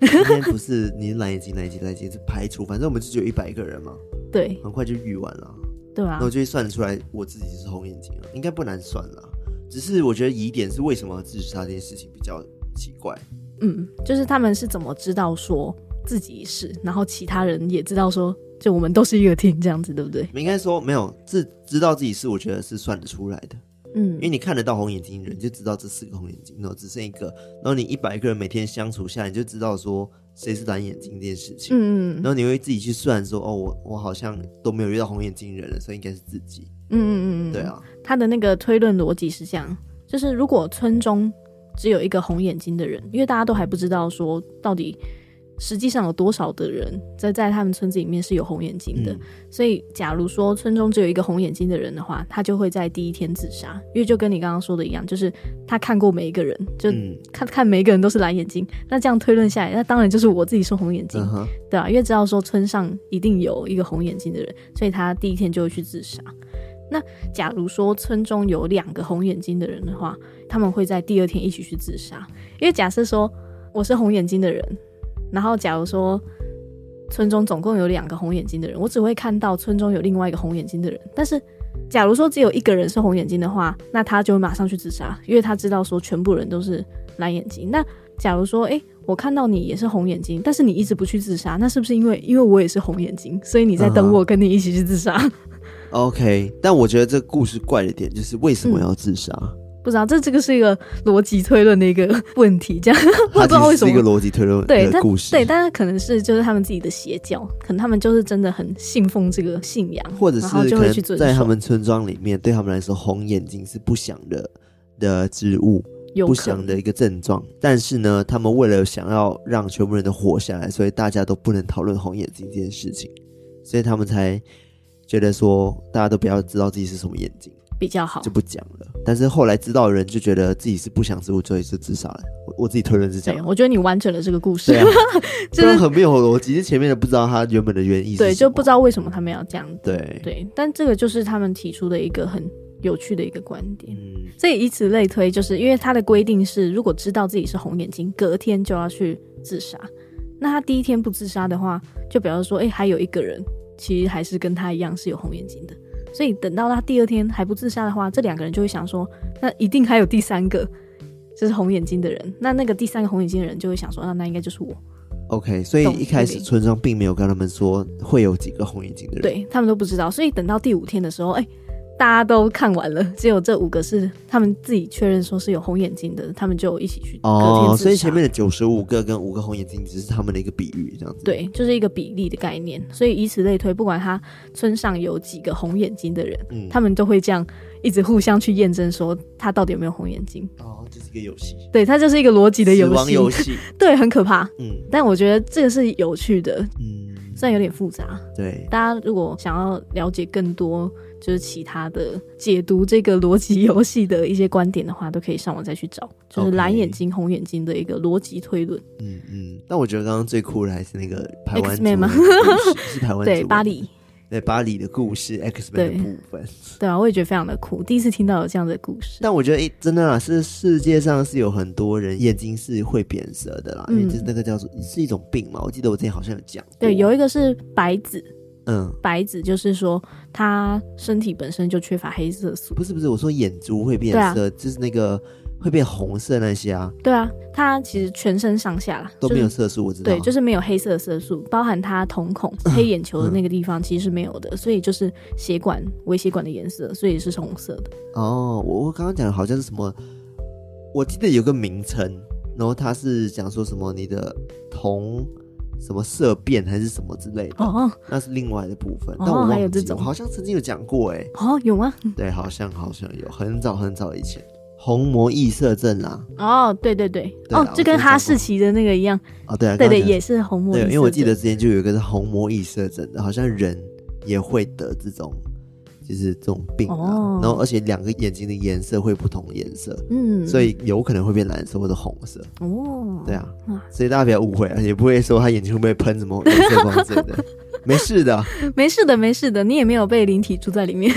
[SPEAKER 1] 今天不是你是蓝眼睛，蓝眼睛，蓝眼睛是排除，反正我们就只有一百个人嘛，
[SPEAKER 2] 对
[SPEAKER 1] 很快就遇完了，
[SPEAKER 2] 对
[SPEAKER 1] 然
[SPEAKER 2] 啊
[SPEAKER 1] 后，就会算得出来我自己是红眼睛啊了，应该不难算了。只是我觉得疑点是为什么要自杀这件事情比较奇怪。
[SPEAKER 2] 嗯，就是他们是怎么知道说自己是，然后其他人也知道说，就我们都是一个 team 这样子，对不对？
[SPEAKER 1] 应该说没有自知道自己是，我觉得是算得出来的。
[SPEAKER 2] 嗯
[SPEAKER 1] 因为你看得到红眼睛人，你就知道这四个红眼睛，然后只剩一个，然后你一百个人每天相处下来，你就知道说谁是蓝眼睛这件事情，
[SPEAKER 2] 嗯嗯
[SPEAKER 1] 然后你会自己去算说，哦，我我好像都没有遇到红眼睛人了，所以应该是自己，
[SPEAKER 2] 嗯嗯嗯，
[SPEAKER 1] 对。啊，
[SPEAKER 2] 他的那个推论逻辑是这样，就是如果村中只有一个红眼睛的人，因为大家都还不知道说到底实际上有多少的人在在他们村子里面是有红眼睛的，
[SPEAKER 1] 嗯
[SPEAKER 2] 所以假如说村中只有一个红眼睛的人的话，他就会在第一天自杀，因为就跟你刚刚说的一样，就是他看过每一个人，就
[SPEAKER 1] 嗯
[SPEAKER 2] 看、看每一个人都是蓝眼睛，那这样推论下来，那当然就是我自己是红眼睛，
[SPEAKER 1] 嗯哼，
[SPEAKER 2] 对啊，因为知道说村上一定有一个红眼睛的人，所以他第一天就会去自杀。那假如说村中有两个红眼睛的人的话，他们会在第二天一起去自杀。因为假设说我是红眼睛的人，然后假如说村中总共有两个红眼睛的人，我只会看到村中有另外一个红眼睛的人。但是假如说只有一个人是红眼睛的话，那他就会马上去自杀，因为他知道说全部人都是蓝眼睛。那假如说，诶，我看到你也是红眼睛，但是你一直不去自杀，那是不是因为因为我也是红眼睛，所以你在
[SPEAKER 1] 嗯
[SPEAKER 2] 等
[SPEAKER 1] 哼
[SPEAKER 2] 我跟你一起去自杀？ *laughs*
[SPEAKER 1] OK，但我觉得这故事怪的点就是为
[SPEAKER 2] 嗯
[SPEAKER 1] 什么要自杀？
[SPEAKER 2] 不知道，这这个是一个逻辑推论的一个问题，这样 *laughs* *laughs* 我
[SPEAKER 1] 它
[SPEAKER 2] 不知道
[SPEAKER 1] 其
[SPEAKER 2] 为
[SPEAKER 1] 实
[SPEAKER 2] 什
[SPEAKER 1] 是一个
[SPEAKER 2] 么。
[SPEAKER 1] 逻辑推论
[SPEAKER 2] 对，
[SPEAKER 1] 的
[SPEAKER 2] 但
[SPEAKER 1] 故事，
[SPEAKER 2] 对，但是可能是就是他们自己的邪教，可能他们就是真的很信奉这个信仰，
[SPEAKER 1] 或者是
[SPEAKER 2] 然后就
[SPEAKER 1] 可
[SPEAKER 2] 会去遵
[SPEAKER 1] 能在他
[SPEAKER 2] 守，
[SPEAKER 1] 们村庄里面，对他们来说，红眼睛是不祥的的植物，
[SPEAKER 2] 有
[SPEAKER 1] 不
[SPEAKER 2] 可
[SPEAKER 1] 祥
[SPEAKER 2] 能
[SPEAKER 1] 的一个症状。但是呢，他们为了想要让全部人都活下来，所以大家都不能讨论红眼睛这件事情，所以他们才觉得说大家都不要知道自己是什么眼睛，
[SPEAKER 2] 比较好
[SPEAKER 1] 就。不讲了。但是后来知道的人就觉得自己是不祥之物，所以就自杀了。我我自己推论是这
[SPEAKER 2] 对，
[SPEAKER 1] 样。
[SPEAKER 2] 我觉得你完整了这个故事， *laughs*
[SPEAKER 1] 对啊，
[SPEAKER 2] 就
[SPEAKER 1] 不然
[SPEAKER 2] 是
[SPEAKER 1] 很没有逻辑，是前面的不知道他原本的原意是
[SPEAKER 2] 对，
[SPEAKER 1] 什
[SPEAKER 2] 就
[SPEAKER 1] 么
[SPEAKER 2] 不知道为什么他们要这样。
[SPEAKER 1] 对，
[SPEAKER 2] 对，但这个就是他们提出的一个很有趣的一个观点。
[SPEAKER 1] 嗯，
[SPEAKER 2] 所以以此类推，就是因为他的规定是，如果知道自己是红眼睛，隔天就要去自杀。那他第一天不自杀的话，就表示说，哎、还有一个人其实还是跟他一样是有红眼睛的。所以等到他第二天还不自杀的话，这两个人就会想说，那一定还有第三个，就是红眼睛的人。那那个第三个红眼睛的人就会想说，那哦那应该就是我。
[SPEAKER 1] OK，所以
[SPEAKER 2] 懂
[SPEAKER 1] 一开始
[SPEAKER 2] 对
[SPEAKER 1] 村庄并没有跟他们说会有几个红眼睛的人，，
[SPEAKER 2] 对他们都不知道，所以等到第五天的时候，哎、大家都看完了，只有这五个是他们自己确认说是有红眼睛的，他们就一起去隔天
[SPEAKER 1] 哦，
[SPEAKER 2] 自杀。
[SPEAKER 1] 所以前面的九十五个跟五个红眼睛只是他们的一个比喻，这样子，，
[SPEAKER 2] 对，就是一个比例的概念，所以以此类推，不管他村上有几个红眼睛的人，
[SPEAKER 1] 嗯
[SPEAKER 2] 他们都会这样一直互相去验证，说他到底有没有红眼睛。
[SPEAKER 1] 哦，这是一个游戏，
[SPEAKER 2] 对，它就是一个逻辑的
[SPEAKER 1] 死
[SPEAKER 2] 游
[SPEAKER 1] 亡
[SPEAKER 2] 戏，
[SPEAKER 1] 游
[SPEAKER 2] *laughs*
[SPEAKER 1] 戏，
[SPEAKER 2] 对，很可怕。
[SPEAKER 1] 嗯
[SPEAKER 2] 但我觉得这个是有趣的，
[SPEAKER 1] 嗯，
[SPEAKER 2] 虽然有点复杂，
[SPEAKER 1] 对，
[SPEAKER 2] 大家如果想要了解更多，就是其他的解读这个逻辑游戏的一些观点的话，都可以上网再去找，就是
[SPEAKER 1] OK
[SPEAKER 2] 蓝眼睛、红眼睛的一个逻辑推论。
[SPEAKER 1] 嗯嗯。但我觉得刚刚最酷的还是那个台湾
[SPEAKER 2] X-Men 吗
[SPEAKER 1] 族的故事是台湾
[SPEAKER 2] 对，
[SPEAKER 1] 族
[SPEAKER 2] 巴黎，
[SPEAKER 1] 对巴黎的故事 X Men 的部分。
[SPEAKER 2] 对啊，我也觉得非常的酷，第一次听到有这样的故事。
[SPEAKER 1] 但我觉得，诶真的啦，是世界上是有很多人眼睛是会变色的啦，因为
[SPEAKER 2] 嗯
[SPEAKER 1] 就是那个叫做是一种病嘛。我记得我之前好像有讲过，
[SPEAKER 2] 对，有一个是白子，
[SPEAKER 1] 嗯，
[SPEAKER 2] 白子就是说他身体本身就缺乏黑色素。
[SPEAKER 1] 不是不是，我说眼珠会变
[SPEAKER 2] 啊
[SPEAKER 1] 色，就是那个会变红色那些啊，
[SPEAKER 2] 对啊，他其实全身上下啦
[SPEAKER 1] 都没有
[SPEAKER 2] 就是
[SPEAKER 1] 色素，我知道。嗯
[SPEAKER 2] 对，就是没有黑色色素，包含他瞳孔、黑眼球的那个地方其实是没有的，所以就是血管、微血管的颜色，所以是红色的。
[SPEAKER 1] 哦，我我刚刚讲的好像是什么，我记得有个名称，然后它是讲说什么你的瞳什么色变还是什么之类的，
[SPEAKER 2] 哦
[SPEAKER 1] 那是另外的部分。
[SPEAKER 2] 哦
[SPEAKER 1] 但我忘记
[SPEAKER 2] 还有这种
[SPEAKER 1] 我好像曾经有讲过哎、
[SPEAKER 2] 哦，有吗？
[SPEAKER 1] 对，好像好像有，很早很早以前，虹膜异色症啦，
[SPEAKER 2] 哦，对对对，
[SPEAKER 1] 对啊
[SPEAKER 2] 哦，就跟哈士奇的那个一样，
[SPEAKER 1] 啊对啊，
[SPEAKER 2] 对
[SPEAKER 1] 刚刚
[SPEAKER 2] 对，
[SPEAKER 1] 讲
[SPEAKER 2] 也是虹膜
[SPEAKER 1] 对，
[SPEAKER 2] 异色
[SPEAKER 1] 因
[SPEAKER 2] 症。
[SPEAKER 1] 为我记得之前就有一个是虹膜异色症的，好像人也会得这种，就是这种病啊。
[SPEAKER 2] 哦
[SPEAKER 1] 然后而且两个眼睛的颜色会不同颜色，
[SPEAKER 2] 嗯，
[SPEAKER 1] 所以有可能会变蓝色或者红色。
[SPEAKER 2] 哦，
[SPEAKER 1] 对啊
[SPEAKER 2] 哇，
[SPEAKER 1] 所以大家不要误会啊，也不会说他眼睛会被喷什么镭射光之类
[SPEAKER 2] *laughs*
[SPEAKER 1] 的，没事的。
[SPEAKER 2] 没事的，没事的，你也没有被灵体住在里 *laughs* 面。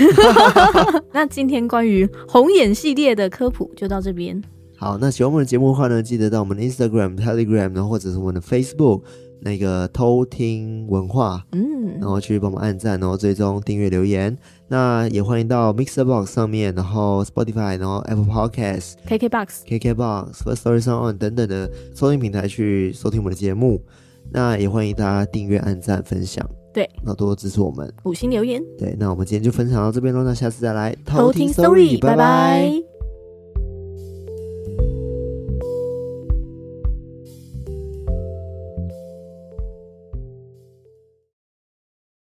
[SPEAKER 2] 那今天关于红眼系列的科普就到这边，
[SPEAKER 1] 好，那喜欢我们的节目的话呢，记得到我们的 Instagram、Telegram，然后或者是我们的 Facebook 那个偷听文化，
[SPEAKER 2] 嗯
[SPEAKER 1] 然，后去帮忙按赞，然后追踪、订阅、留言。那也欢迎到 Mixer Box 上面，然后 Spotify，然后 Apple Podcast、
[SPEAKER 2] KKBOX，
[SPEAKER 1] KKBox、First Story Sound On 等等的收听平台去收听我们的节目。那也欢迎大家订阅、按赞、分享，
[SPEAKER 2] 对，
[SPEAKER 1] 那多多支持我们。
[SPEAKER 2] 五星留言，
[SPEAKER 1] 对，那我们今天就分享到这边喽，那下次再来
[SPEAKER 2] 偷听 Story，拜拜